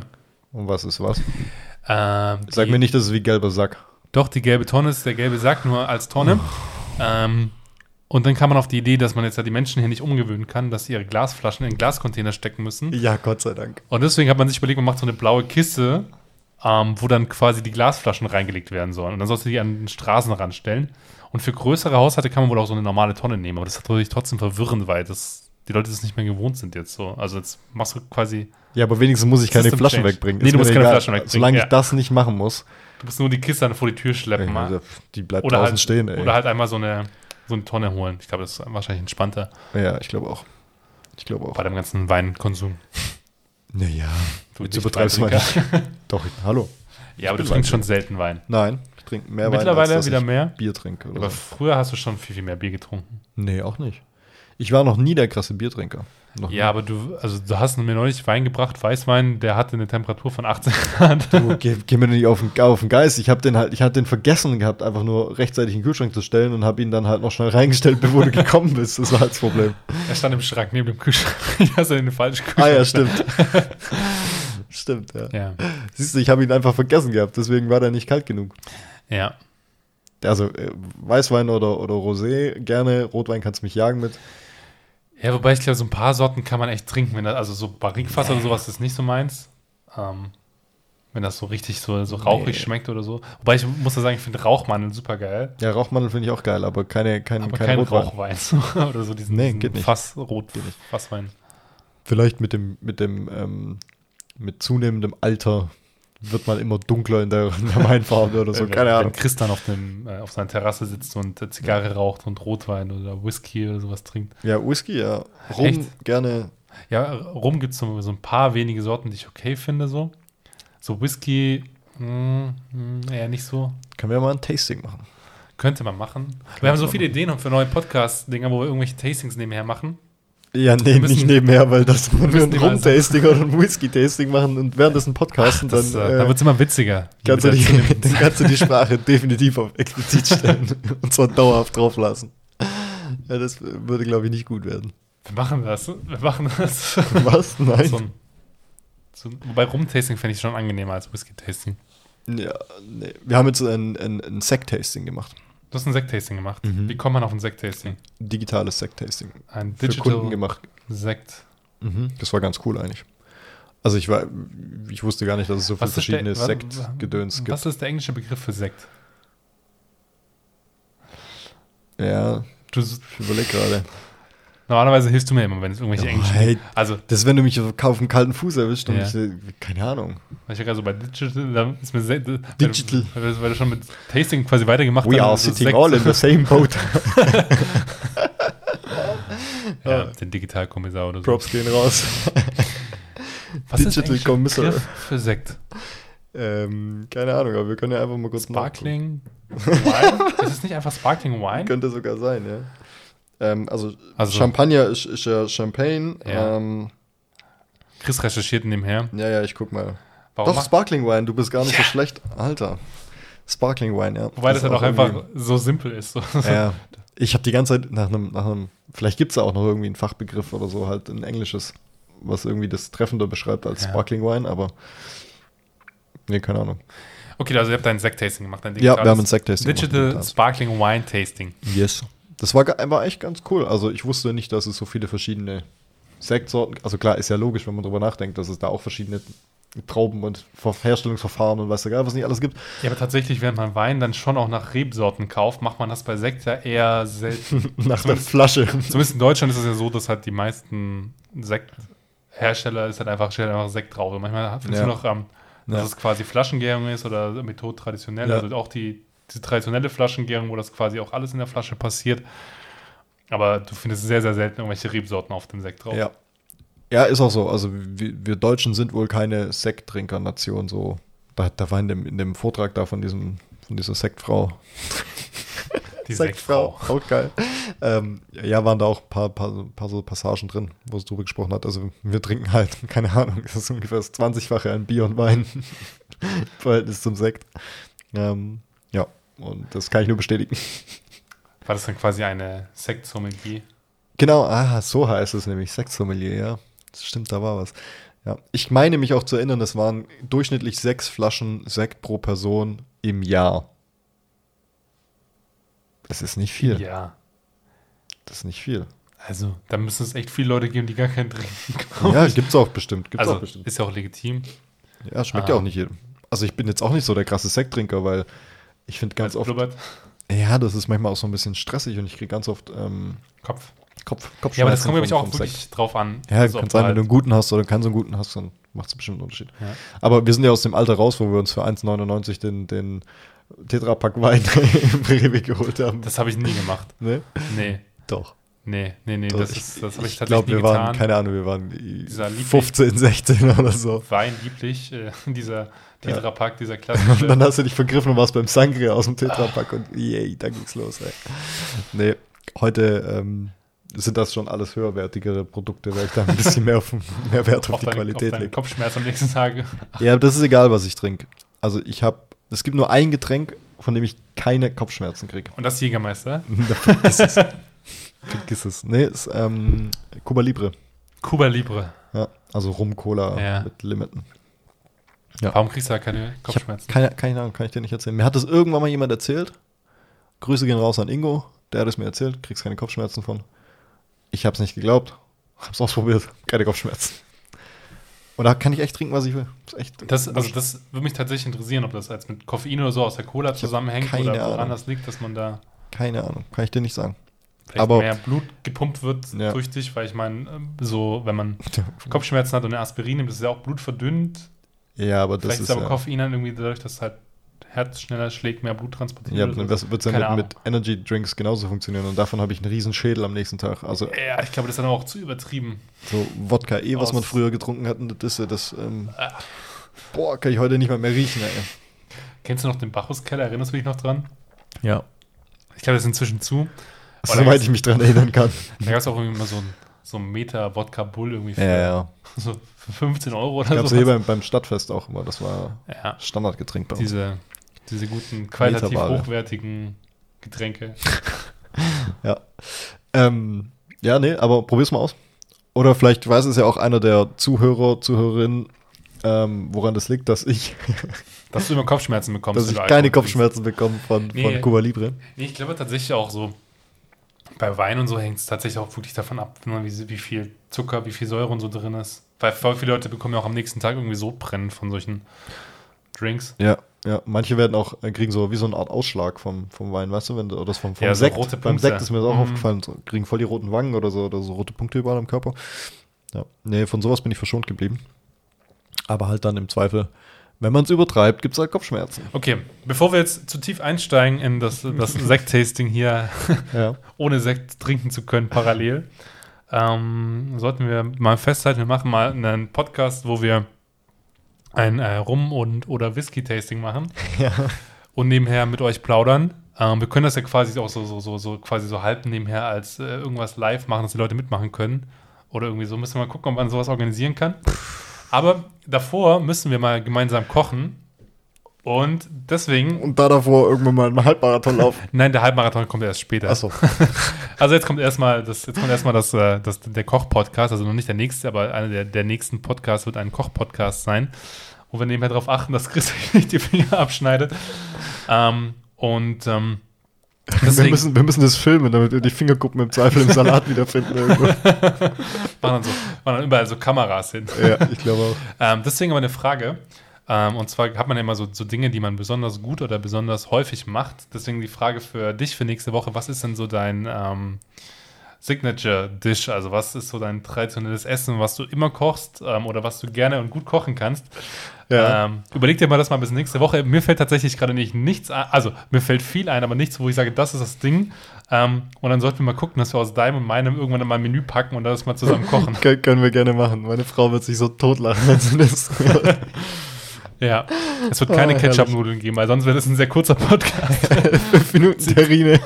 [SPEAKER 2] Und was ist was?
[SPEAKER 1] Ähm,
[SPEAKER 2] Sag
[SPEAKER 1] die,
[SPEAKER 2] mir nicht, das ist wie gelber Sack.
[SPEAKER 1] Doch, die gelbe Tonne ist der gelbe Sack, nur als Tonne. Ähm, und dann kam man auf die Idee, dass man jetzt ja die Menschen hier nicht umgewöhnen kann, dass sie ihre Glasflaschen in Glascontainer stecken müssen.
[SPEAKER 2] Ja, Gott sei Dank.
[SPEAKER 1] Und deswegen hat man sich überlegt, man macht so eine blaue Kiste, ähm, wo dann quasi die Glasflaschen reingelegt werden sollen. Und dann sollst du die an den Straßenrand stellen. Und für größere Haushalte kann man wohl auch so eine normale Tonne nehmen. Aber das ist natürlich trotzdem verwirrend, weil das, die Leute das nicht mehr gewohnt sind jetzt so. Also jetzt machst du quasi,
[SPEAKER 2] Ja, aber wenigstens muss ich keine
[SPEAKER 1] System
[SPEAKER 2] Flaschen
[SPEAKER 1] change.
[SPEAKER 2] wegbringen.
[SPEAKER 1] Nee,
[SPEAKER 2] Ist
[SPEAKER 1] du
[SPEAKER 2] mir
[SPEAKER 1] musst keine
[SPEAKER 2] egal.
[SPEAKER 1] Flaschen wegbringen,
[SPEAKER 2] Solange
[SPEAKER 1] ja.
[SPEAKER 2] ich das nicht machen muss,
[SPEAKER 1] du musst nur die Kiste dann vor die Tür schleppen. mal.
[SPEAKER 2] die bleibt
[SPEAKER 1] Oder
[SPEAKER 2] also draußen
[SPEAKER 1] halt,
[SPEAKER 2] stehen, ey.
[SPEAKER 1] oder halt einmal so eine, so eine Tonne holen. Ich glaube, das ist wahrscheinlich entspannter
[SPEAKER 2] Ja, ich glaube auch. Ich glaube auch.
[SPEAKER 1] bei dem ganzen Weinkonsum.
[SPEAKER 2] Naja,
[SPEAKER 1] Du
[SPEAKER 2] jetzt übertreibst du mal nicht. Doch, ich- hallo.
[SPEAKER 1] Ja, aber
[SPEAKER 2] bin
[SPEAKER 1] du trinkst schon selten Wein.
[SPEAKER 2] Nein, ich trinke mehr Wein,
[SPEAKER 1] Mittlerweile
[SPEAKER 2] dass
[SPEAKER 1] wieder
[SPEAKER 2] ich
[SPEAKER 1] mehr.
[SPEAKER 2] Bier trinke. Oder
[SPEAKER 1] Aber
[SPEAKER 2] so.
[SPEAKER 1] früher hast du schon viel, viel mehr Bier getrunken.
[SPEAKER 2] Nee, auch nicht. Ich war noch nie der krasse Biertrinker. Noch
[SPEAKER 1] Ja, aber du, also du hast mir neulich Wein gebracht, Weißwein, der hatte eine Temperatur von 18 Grad.
[SPEAKER 2] nie. Du, geh, geh mir doch nicht auf den, auf den Geist. Ich habe den halt, ich hatte den vergessen gehabt, einfach nur rechtzeitig in den Kühlschrank zu stellen und habe ihn dann halt noch schnell reingestellt, bevor du gekommen bist. Das war halt das Problem.
[SPEAKER 1] Er stand im Schrank neben dem Kühlschrank. Ich hast du den falschen
[SPEAKER 2] Ah
[SPEAKER 1] Kühlschrank.
[SPEAKER 2] ja, stimmt. stimmt, ja.
[SPEAKER 1] Ja,
[SPEAKER 2] Siehst du, ich habe ihn einfach vergessen gehabt, deswegen war der nicht kalt genug.
[SPEAKER 1] ja.
[SPEAKER 2] Also äh, Weißwein oder, oder Rosé gerne, Rotwein kannst mich jagen mit.
[SPEAKER 1] Ja, wobei ich glaube, so ein paar Sorten kann man echt trinken. Wenn das, also so Barrikfass oder sowas ist nicht so meins. Ähm, wenn das so richtig so, so rauchig
[SPEAKER 2] Nee.
[SPEAKER 1] schmeckt oder so. Wobei ich muss ja sagen, ich finde Rauchmandeln super geil.
[SPEAKER 2] Ja, Rauchmandeln finde ich auch geil, aber keine, kein,
[SPEAKER 1] Aber
[SPEAKER 2] kein,
[SPEAKER 1] kein
[SPEAKER 2] Rotwein.
[SPEAKER 1] Rauchwein oder so diesen,
[SPEAKER 2] Nee,
[SPEAKER 1] diesen
[SPEAKER 2] geht nicht.
[SPEAKER 1] Fass, Rot, Fasswein.
[SPEAKER 2] vielleicht mit dem, mit dem, ähm, mit zunehmendem Alter wird man immer dunkler in der, in der Weinfarbe oder so.
[SPEAKER 1] Wenn-
[SPEAKER 2] Also Keine
[SPEAKER 1] Wenn
[SPEAKER 2] Ahnung.
[SPEAKER 1] Chris dann auf, dem, äh, auf seiner Terrasse sitzt und äh, Zigarre raucht und Rotwein oder Whisky oder sowas trinkt.
[SPEAKER 2] Ja, Whisky, ja. Rum
[SPEAKER 1] Echt?
[SPEAKER 2] gerne.
[SPEAKER 1] Ja, rum gibt es so, so ein paar wenige Sorten, die ich okay finde. So, so Whisky, mh, mh, eher nicht so.
[SPEAKER 2] Können wir mal ein Tasting machen.
[SPEAKER 1] Könnte man machen. wir haben so
[SPEAKER 2] man
[SPEAKER 1] viele Ideen für neue Podcast-Dinger, wo wir irgendwelche Tastings nebenher machen.
[SPEAKER 2] Ja, nee,
[SPEAKER 1] müssen-
[SPEAKER 2] nicht nebenher, weil das wenn wir
[SPEAKER 1] müssen
[SPEAKER 2] ein
[SPEAKER 1] die mal
[SPEAKER 2] Rum-Tasting oder ein Whisky-Tasting machen und währenddessen podcasten,
[SPEAKER 1] Das,
[SPEAKER 2] dann,
[SPEAKER 1] äh,
[SPEAKER 2] äh,
[SPEAKER 1] dann wird es immer witziger. je
[SPEAKER 2] kannst, du
[SPEAKER 1] mit
[SPEAKER 2] die,
[SPEAKER 1] der zunehmenden
[SPEAKER 2] dann kannst du die Sprache definitiv auf explizit stellen und zwar dauerhaft drauf lassen. Ja, das würde, glaube ich, nicht gut werden.
[SPEAKER 1] Wir machen das. Wir machen das.
[SPEAKER 2] Was? Nein.
[SPEAKER 1] so ein, so ein, wobei Rum-Tasting fände ich schon angenehmer als Whisky-Tasting.
[SPEAKER 2] Ja, nee. Wir haben jetzt ein, ein, ein Sekt-Tasting gemacht.
[SPEAKER 1] Du hast ein Sekt-Tasting gemacht.
[SPEAKER 2] Mhm.
[SPEAKER 1] Wie kommt man auf ein Sekt-Tasting?
[SPEAKER 2] Digitales Sekt-Tasting.
[SPEAKER 1] Ein
[SPEAKER 2] Für Kunden
[SPEAKER 1] Digital Mhm.
[SPEAKER 2] gemacht.
[SPEAKER 1] Sekt.
[SPEAKER 2] Das war ganz cool eigentlich. Also ich war, ich wusste gar nicht, dass es so viele
[SPEAKER 1] ist der-
[SPEAKER 2] verschiedene
[SPEAKER 1] wa-
[SPEAKER 2] Sektgedöns gibt.
[SPEAKER 1] Was ist der englische Begriff für Sekt?
[SPEAKER 2] Ja,
[SPEAKER 1] Du, s-
[SPEAKER 2] ich überlege gerade.
[SPEAKER 1] normalerweise hilfst du mir immer, wenn es irgendwelche
[SPEAKER 2] Ja,
[SPEAKER 1] englischen.
[SPEAKER 2] hey.
[SPEAKER 1] Also,
[SPEAKER 2] Das ist, wenn du mich auf auf dem kalten Fuß erwischt und
[SPEAKER 1] Ja.
[SPEAKER 2] ich, äh, keine Ahnung.
[SPEAKER 1] weil ich ja gerade so bei Digital, da ist mir Sekt.
[SPEAKER 2] Digital.
[SPEAKER 1] Weil, du- weil du schon mit Tasting quasi weitergemacht
[SPEAKER 2] We
[SPEAKER 1] hast,
[SPEAKER 2] are
[SPEAKER 1] ist es
[SPEAKER 2] sitting
[SPEAKER 1] Sekt.
[SPEAKER 2] all in the same boat.
[SPEAKER 1] Ja, den Digitalkommissar oder so.
[SPEAKER 2] Props gehen raus.
[SPEAKER 1] Was ist der
[SPEAKER 2] Digital
[SPEAKER 1] englische
[SPEAKER 2] Kommissar.
[SPEAKER 1] Begriff für Sekt?
[SPEAKER 2] ähm, keine Ahnung, aber wir können ja einfach mal kurz nachgucken.
[SPEAKER 1] Sparkling Wine? Ist es nicht einfach Sparkling Wine?
[SPEAKER 2] Könnte sogar sein, ja. Ähm, also,
[SPEAKER 1] Also-
[SPEAKER 2] Champagner ist, ist ja Champagne.
[SPEAKER 1] Ja.
[SPEAKER 2] Ähm,
[SPEAKER 1] Chris recherchiert nebenher.
[SPEAKER 2] ja, ja, ich guck mal.
[SPEAKER 1] Warum
[SPEAKER 2] Doch,
[SPEAKER 1] macht,
[SPEAKER 2] Sparkling Wine, du bist gar nicht so schlecht. Alter. Sparkling Wine, ja.
[SPEAKER 1] wobei das
[SPEAKER 2] ist
[SPEAKER 1] halt auch
[SPEAKER 2] irgendwie-
[SPEAKER 1] einfach so simpel ist. So.
[SPEAKER 2] Ja, ich habe die ganze Zeit nach einem, nach einem vielleicht gibt es auch noch irgendwie einen Fachbegriff oder so, halt ein englisches, was irgendwie das treffender beschreibt als
[SPEAKER 1] Ja.
[SPEAKER 2] Sparkling Wine, aber nee, keine Ahnung.
[SPEAKER 1] Okay, also ihr habt ein Sekt-Tasting gemacht. Ein
[SPEAKER 2] Ja, wir haben ein
[SPEAKER 1] digitales
[SPEAKER 2] Sekt-Tasting gemacht,
[SPEAKER 1] Digital
[SPEAKER 2] digital.
[SPEAKER 1] Sparkling Wine Tasting.
[SPEAKER 2] Yes. Das war, ge- war echt ganz cool. Also ich wusste nicht, dass es so viele verschiedene Sektsorten, also klar, ist ja logisch, wenn man drüber nachdenkt, dass es da auch verschiedene Trauben und Ver- Herstellungsverfahren und weiß ja gar was nicht alles gibt.
[SPEAKER 1] Ja, aber tatsächlich, während man Wein dann schon auch nach Rebsorten kauft, macht man das bei Sekt ja eher selten.
[SPEAKER 2] Nach der
[SPEAKER 1] zumindest,
[SPEAKER 2] Flasche.
[SPEAKER 1] zumindest in Deutschland ist es ja so, dass halt die meisten Sekthersteller ist halt einfach, stellt einfach Sekt drauf. Und manchmal findest
[SPEAKER 2] Ja.
[SPEAKER 1] du noch, ähm, dass
[SPEAKER 2] Ja.
[SPEAKER 1] es quasi Flaschengärung ist oder Methode traditionell.
[SPEAKER 2] Ja.
[SPEAKER 1] Also auch die, die traditionelle Flaschengärung, wo das quasi auch alles in der Flasche passiert. Aber du findest sehr, sehr selten irgendwelche Rebsorten auf dem Sekt drauf.
[SPEAKER 2] Ja. Ja, ist auch so. Also wir, wir Deutschen sind wohl keine Sekttrinker-Nation. So. Da, da war in dem, in dem Vortrag da von, diesem, von dieser Sektfrau.
[SPEAKER 1] Die Sektfrau.
[SPEAKER 2] Auch Oh, geil. Ähm, ja, waren da auch ein paar, paar, paar so Passagen drin, wo es drüber gesprochen hat. Also wir trinken halt, keine Ahnung, das ist ungefähr das 20-fache an Bier und Wein im Verhältnis zum Sekt. Ähm, ja, und das kann ich nur bestätigen.
[SPEAKER 1] War das dann quasi eine Sekt-Sommelier?
[SPEAKER 2] Genau, ah, so heißt es nämlich, Sektsommelier, ja. Das stimmt, da war was. Ja. Ich meine mich auch zu erinnern, das waren durchschnittlich sechs Flaschen Sekt pro Person im Jahr. Das ist nicht viel.
[SPEAKER 1] Ja.
[SPEAKER 2] Das ist nicht viel.
[SPEAKER 1] Also, da müssen es echt viele Leute geben, die gar keinen trinken können.
[SPEAKER 2] Ja, gibt's auch bestimmt. Gibt's
[SPEAKER 1] also,
[SPEAKER 2] auch bestimmt.
[SPEAKER 1] ist ja auch legitim.
[SPEAKER 2] Ja, schmeckt
[SPEAKER 1] Ah.
[SPEAKER 2] ja auch nicht jedem. Also ich bin jetzt auch nicht so der krasse Sekttrinker, weil ich finde ganz oft.
[SPEAKER 1] Blubbert,
[SPEAKER 2] Ja, das ist manchmal auch so ein bisschen stressig und ich kriege ganz oft ähm,
[SPEAKER 1] Kopf.
[SPEAKER 2] Kopf,
[SPEAKER 1] Ja, aber das
[SPEAKER 2] Kopfschmerzen
[SPEAKER 1] kommt, glaube ich,
[SPEAKER 2] vom-
[SPEAKER 1] auch
[SPEAKER 2] vom
[SPEAKER 1] wirklich
[SPEAKER 2] Sekt.
[SPEAKER 1] drauf an.
[SPEAKER 2] Ja,
[SPEAKER 1] Also,
[SPEAKER 2] kann
[SPEAKER 1] ob
[SPEAKER 2] sein,
[SPEAKER 1] du
[SPEAKER 2] wenn du
[SPEAKER 1] halt-
[SPEAKER 2] einen guten hast oder keinen so einen guten hast, dann macht es bestimmt einen Unterschied.
[SPEAKER 1] Ja.
[SPEAKER 2] Aber wir sind ja aus dem Alter raus, wo wir uns für 1,99 den, den Tetrapack Wein im Rewe geholt haben.
[SPEAKER 1] Das habe ich nie gemacht.
[SPEAKER 2] ne?
[SPEAKER 1] Nee,
[SPEAKER 2] Doch.
[SPEAKER 1] nee, nee, nee.
[SPEAKER 2] Doch,
[SPEAKER 1] Das, ist- das habe ich
[SPEAKER 2] ich
[SPEAKER 1] tatsächlich
[SPEAKER 2] glaube,
[SPEAKER 1] nie
[SPEAKER 2] wir waren,
[SPEAKER 1] getan.
[SPEAKER 2] keine Ahnung, wir waren
[SPEAKER 1] Dieser Liebling-
[SPEAKER 2] 15, 16 oder so.
[SPEAKER 1] Wein lieblich, äh, dieser
[SPEAKER 2] Ja.
[SPEAKER 1] Tetrapack, dieser
[SPEAKER 2] Und dann
[SPEAKER 1] klassische.
[SPEAKER 2] hast du dich vergriffen und warst beim Sangria aus dem Tetrapack und yay, da ging's los. Ey. Nee, heute ähm, sind das schon alles höherwertigere Produkte, weil ich da ein bisschen mehr, auf, mehr Wert auf, die
[SPEAKER 1] deinen-
[SPEAKER 2] Qualität
[SPEAKER 1] auf deinen
[SPEAKER 2] lege.
[SPEAKER 1] Kopfschmerz am nächsten Tag.
[SPEAKER 2] Ja, das ist egal, was ich trinke. Also ich habe, es gibt nur ein Getränk, von dem ich keine Kopfschmerzen kriege.
[SPEAKER 1] Und das Jägermeister.
[SPEAKER 2] Vergiss es. Vergiss es. Nee, ist ähm, Cuba Libre.
[SPEAKER 1] Cuba Libre.
[SPEAKER 2] Ja, also Rum Cola
[SPEAKER 1] Ja.
[SPEAKER 2] mit Limiten. Ja.
[SPEAKER 1] Warum kriegst du da keine
[SPEAKER 2] Ich hab
[SPEAKER 1] Kopfschmerzen?
[SPEAKER 2] keine, keine Ahnung, kann ich dir nicht erzählen. Mir hat das irgendwann mal jemand erzählt. Grüße gehen raus an Ingo. Der hat es mir erzählt. Kriegst keine Kopfschmerzen von. Ich hab's nicht geglaubt. Hab's ausprobiert. Keine Kopfschmerzen. Und da kann ich echt trinken, was ich will. Ist echt
[SPEAKER 1] Das, also das würde mich tatsächlich interessieren, ob das als mit Koffein oder so aus der Cola
[SPEAKER 2] hab
[SPEAKER 1] zusammenhängt
[SPEAKER 2] keine
[SPEAKER 1] oder woran
[SPEAKER 2] Ahnung.
[SPEAKER 1] das liegt, dass man da.
[SPEAKER 2] keine Ahnung. Kann ich dir nicht sagen.
[SPEAKER 1] vielleicht
[SPEAKER 2] Aber-
[SPEAKER 1] mehr Blut gepumpt wird
[SPEAKER 2] Ja.
[SPEAKER 1] durch dich, weil ich meine, ähm, so, wenn man
[SPEAKER 2] Ja.
[SPEAKER 1] Kopfschmerzen hat und eine Aspirin nimmt, das ist ja auch Blut verdünnt.
[SPEAKER 2] Ja, aber das
[SPEAKER 1] vielleicht ist
[SPEAKER 2] ist
[SPEAKER 1] aber
[SPEAKER 2] ja,
[SPEAKER 1] Koffein dann irgendwie dadurch, dass halt Herz schneller schlägt, mehr Blut transportiert
[SPEAKER 2] ja
[SPEAKER 1] oder so.
[SPEAKER 2] das wird
[SPEAKER 1] Keine
[SPEAKER 2] ja mit, mit Energy Drinks genauso funktionieren und davon habe ich einen riesen Schädel am nächsten Tag. Also
[SPEAKER 1] Ja, ich glaube, das ist dann auch zu übertrieben.
[SPEAKER 2] so Wodka E, was
[SPEAKER 1] Aus-
[SPEAKER 2] man früher getrunken hat, und das, ist ja das ähm,
[SPEAKER 1] Ah.
[SPEAKER 2] boah, kann ich heute nicht mal mehr riechen. Ey.
[SPEAKER 1] Kennst du noch den Bacchus-Keller? Erinnerst du dich noch dran?
[SPEAKER 2] Ja,
[SPEAKER 1] Ich glaube, das ist inzwischen zu. Aber da
[SPEAKER 2] soweit ich mich dran erinnern kann.
[SPEAKER 1] Da gab es auch irgendwie mal so ein, so ein Meter Wodka-Bull irgendwie für,
[SPEAKER 2] Ja, ja.
[SPEAKER 1] so für 15 Euro oder
[SPEAKER 2] Gab es
[SPEAKER 1] so.
[SPEAKER 2] hier beim, beim Stadtfest auch immer. Das war
[SPEAKER 1] ja,
[SPEAKER 2] Standardgetränk bei uns.
[SPEAKER 1] diese, diese guten, qualitativ
[SPEAKER 2] Meterware.
[SPEAKER 1] hochwertigen Getränke.
[SPEAKER 2] Ähm, ja, nee, aber probier's mal aus. Oder vielleicht weiß es ja auch einer der Zuhörer, Zuhörerinnen, ähm, woran das liegt, dass ich,
[SPEAKER 1] Dass du immer Kopfschmerzen bekommst.
[SPEAKER 2] dass
[SPEAKER 1] wenn
[SPEAKER 2] ich
[SPEAKER 1] du
[SPEAKER 2] keine
[SPEAKER 1] Alkohol trinkst.
[SPEAKER 2] Kopfschmerzen bekomme von,
[SPEAKER 1] Nee.
[SPEAKER 2] von Cuba Libre.
[SPEAKER 1] Nee, ich glaube tatsächlich auch so, bei Wein und so hängt es tatsächlich auch wirklich davon ab, ne, wie, wie viel Zucker, wie viel Säure und so drin ist. Weil voll viele Leute bekommen ja auch am nächsten Tag irgendwie Sodbrennen von solchen Drinks.
[SPEAKER 2] Ja, ja. Manche werden auch, äh, kriegen so wie so eine Art Ausschlag vom, vom Wein, weißt du, wenn du, oder das vom, vom
[SPEAKER 1] Ja, so
[SPEAKER 2] Sekt.
[SPEAKER 1] rote
[SPEAKER 2] Beim
[SPEAKER 1] Punkte.
[SPEAKER 2] Sekt ist mir das auch
[SPEAKER 1] Mhm.
[SPEAKER 2] aufgefallen, so, kriegen voll die roten Wangen oder so, oder so rote Punkte überall am Körper. Ja, nee, von sowas bin ich verschont geblieben. Aber halt dann im Zweifel, wenn man es übertreibt, gibt's halt Kopfschmerzen.
[SPEAKER 1] Okay, bevor wir jetzt zu tief einsteigen in das, das Sekt-Tasting hier
[SPEAKER 2] Ja.
[SPEAKER 1] ohne Sekt trinken zu können parallel. ähm, sollten wir mal festhalten, wir machen mal einen Podcast, wo wir ein äh, Rum- und oder Whisky-Tasting machen
[SPEAKER 2] Ja.
[SPEAKER 1] und nebenher mit euch plaudern. Ähm, wir können das ja quasi auch so, so, so, so quasi so halb nebenher als äh, irgendwas live machen, dass die Leute mitmachen können. Oder irgendwie so müssen wir mal gucken, ob man sowas organisieren kann. Aber davor müssen wir mal gemeinsam kochen. Und deswegen,
[SPEAKER 2] Und da davor irgendwann mal einen Halbmarathon laufen.
[SPEAKER 1] nein, der Halbmarathon kommt erst später.
[SPEAKER 2] Achso.
[SPEAKER 1] Also jetzt kommt erstmal das, jetzt kommt erstmal das, äh, das, der Koch-Podcast, also noch nicht der nächste, aber einer der, der nächsten Podcasts wird ein Koch-Podcast sein, wo wir nebenher darauf achten, dass Chris sich nicht die Finger abschneidet. Ähm, und ähm,
[SPEAKER 2] Wir
[SPEAKER 1] deswegen machen
[SPEAKER 2] müssen, wir müssen das filmen, damit wir die Fingerkuppen im Zweifel im Salat wiederfinden. Irgendwo.
[SPEAKER 1] dann, so, machen dann überall so Kameras hin.
[SPEAKER 2] ja, ich glaube auch.
[SPEAKER 1] Ähm, deswegen aber eine Frage. Ähm, und zwar hat man ja immer so, so Dinge, die man besonders gut oder besonders häufig macht. Deswegen die Frage für dich für nächste Woche: Was ist denn so dein ähm, Signature-Dish? Also, was ist so dein traditionelles Essen, was du immer kochst ähm, oder was du gerne und gut kochen kannst?
[SPEAKER 2] Ja.
[SPEAKER 1] Ähm, überleg dir mal das mal bis nächste Woche. Mir fällt tatsächlich gerade nicht nichts ein. Also, mir fällt viel ein, aber nichts, wo ich sage, das ist das Ding. Ähm, und dann sollten wir mal gucken, dass wir aus deinem und meinem irgendwann in mein Menü packen und das mal zusammen kochen.
[SPEAKER 2] Kön- Können wir gerne machen. Meine Frau wird sich so totlachen, wenn sie das hört.
[SPEAKER 1] Ja, es wird
[SPEAKER 2] Oh,
[SPEAKER 1] keine
[SPEAKER 2] herrlich.
[SPEAKER 1] Ketchup-Nudeln geben, weil sonst wäre das ein sehr kurzer Podcast.
[SPEAKER 2] Fünf Minuten Terrine.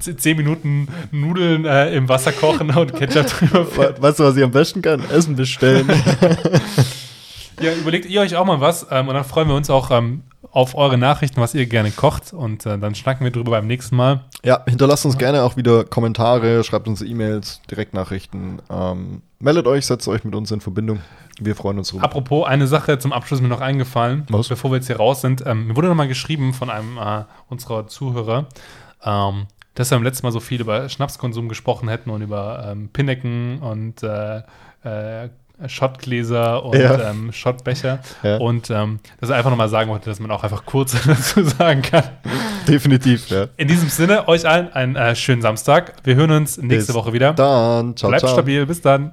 [SPEAKER 1] Z- Zehn Minuten Nudeln äh, im Wasser kochen und Ketchup drüber.
[SPEAKER 2] We- Weißt du, was ich am besten kann? Essen bestellen.
[SPEAKER 1] Ja, überlegt ihr euch auch mal was ähm, und dann freuen wir uns auch ähm, auf eure Nachrichten, was ihr gerne kocht und äh, dann schnacken wir drüber beim nächsten Mal.
[SPEAKER 2] Ja, hinterlasst uns gerne auch wieder Kommentare, schreibt uns E-Mails, Direktnachrichten. Ähm, meldet euch, setzt euch mit uns in Verbindung. Wir freuen uns drüber.
[SPEAKER 1] Apropos, eine Sache zum Abschluss ist mir noch eingefallen,
[SPEAKER 2] Was?
[SPEAKER 1] bevor wir jetzt hier raus sind. Ähm, mir wurde nochmal geschrieben von einem äh, unserer Zuhörer, ähm, dass wir beim letzten Mal so viel über Schnapskonsum gesprochen hätten und über ähm, Pinnecken und äh, äh, Schottgläser und
[SPEAKER 2] Ja.
[SPEAKER 1] ähm, Schottbecher.
[SPEAKER 2] Ja.
[SPEAKER 1] Und ähm, dass er einfach nochmal sagen wollte, dass man auch einfach kurz dazu sagen kann.
[SPEAKER 2] Definitiv, ja.
[SPEAKER 1] In diesem Sinne, euch allen einen äh, schönen Samstag. Wir hören uns nächste
[SPEAKER 2] Bis
[SPEAKER 1] Woche wieder.
[SPEAKER 2] Dann, ciao,
[SPEAKER 1] Bleibt
[SPEAKER 2] ciao.
[SPEAKER 1] stabil. Bis dann.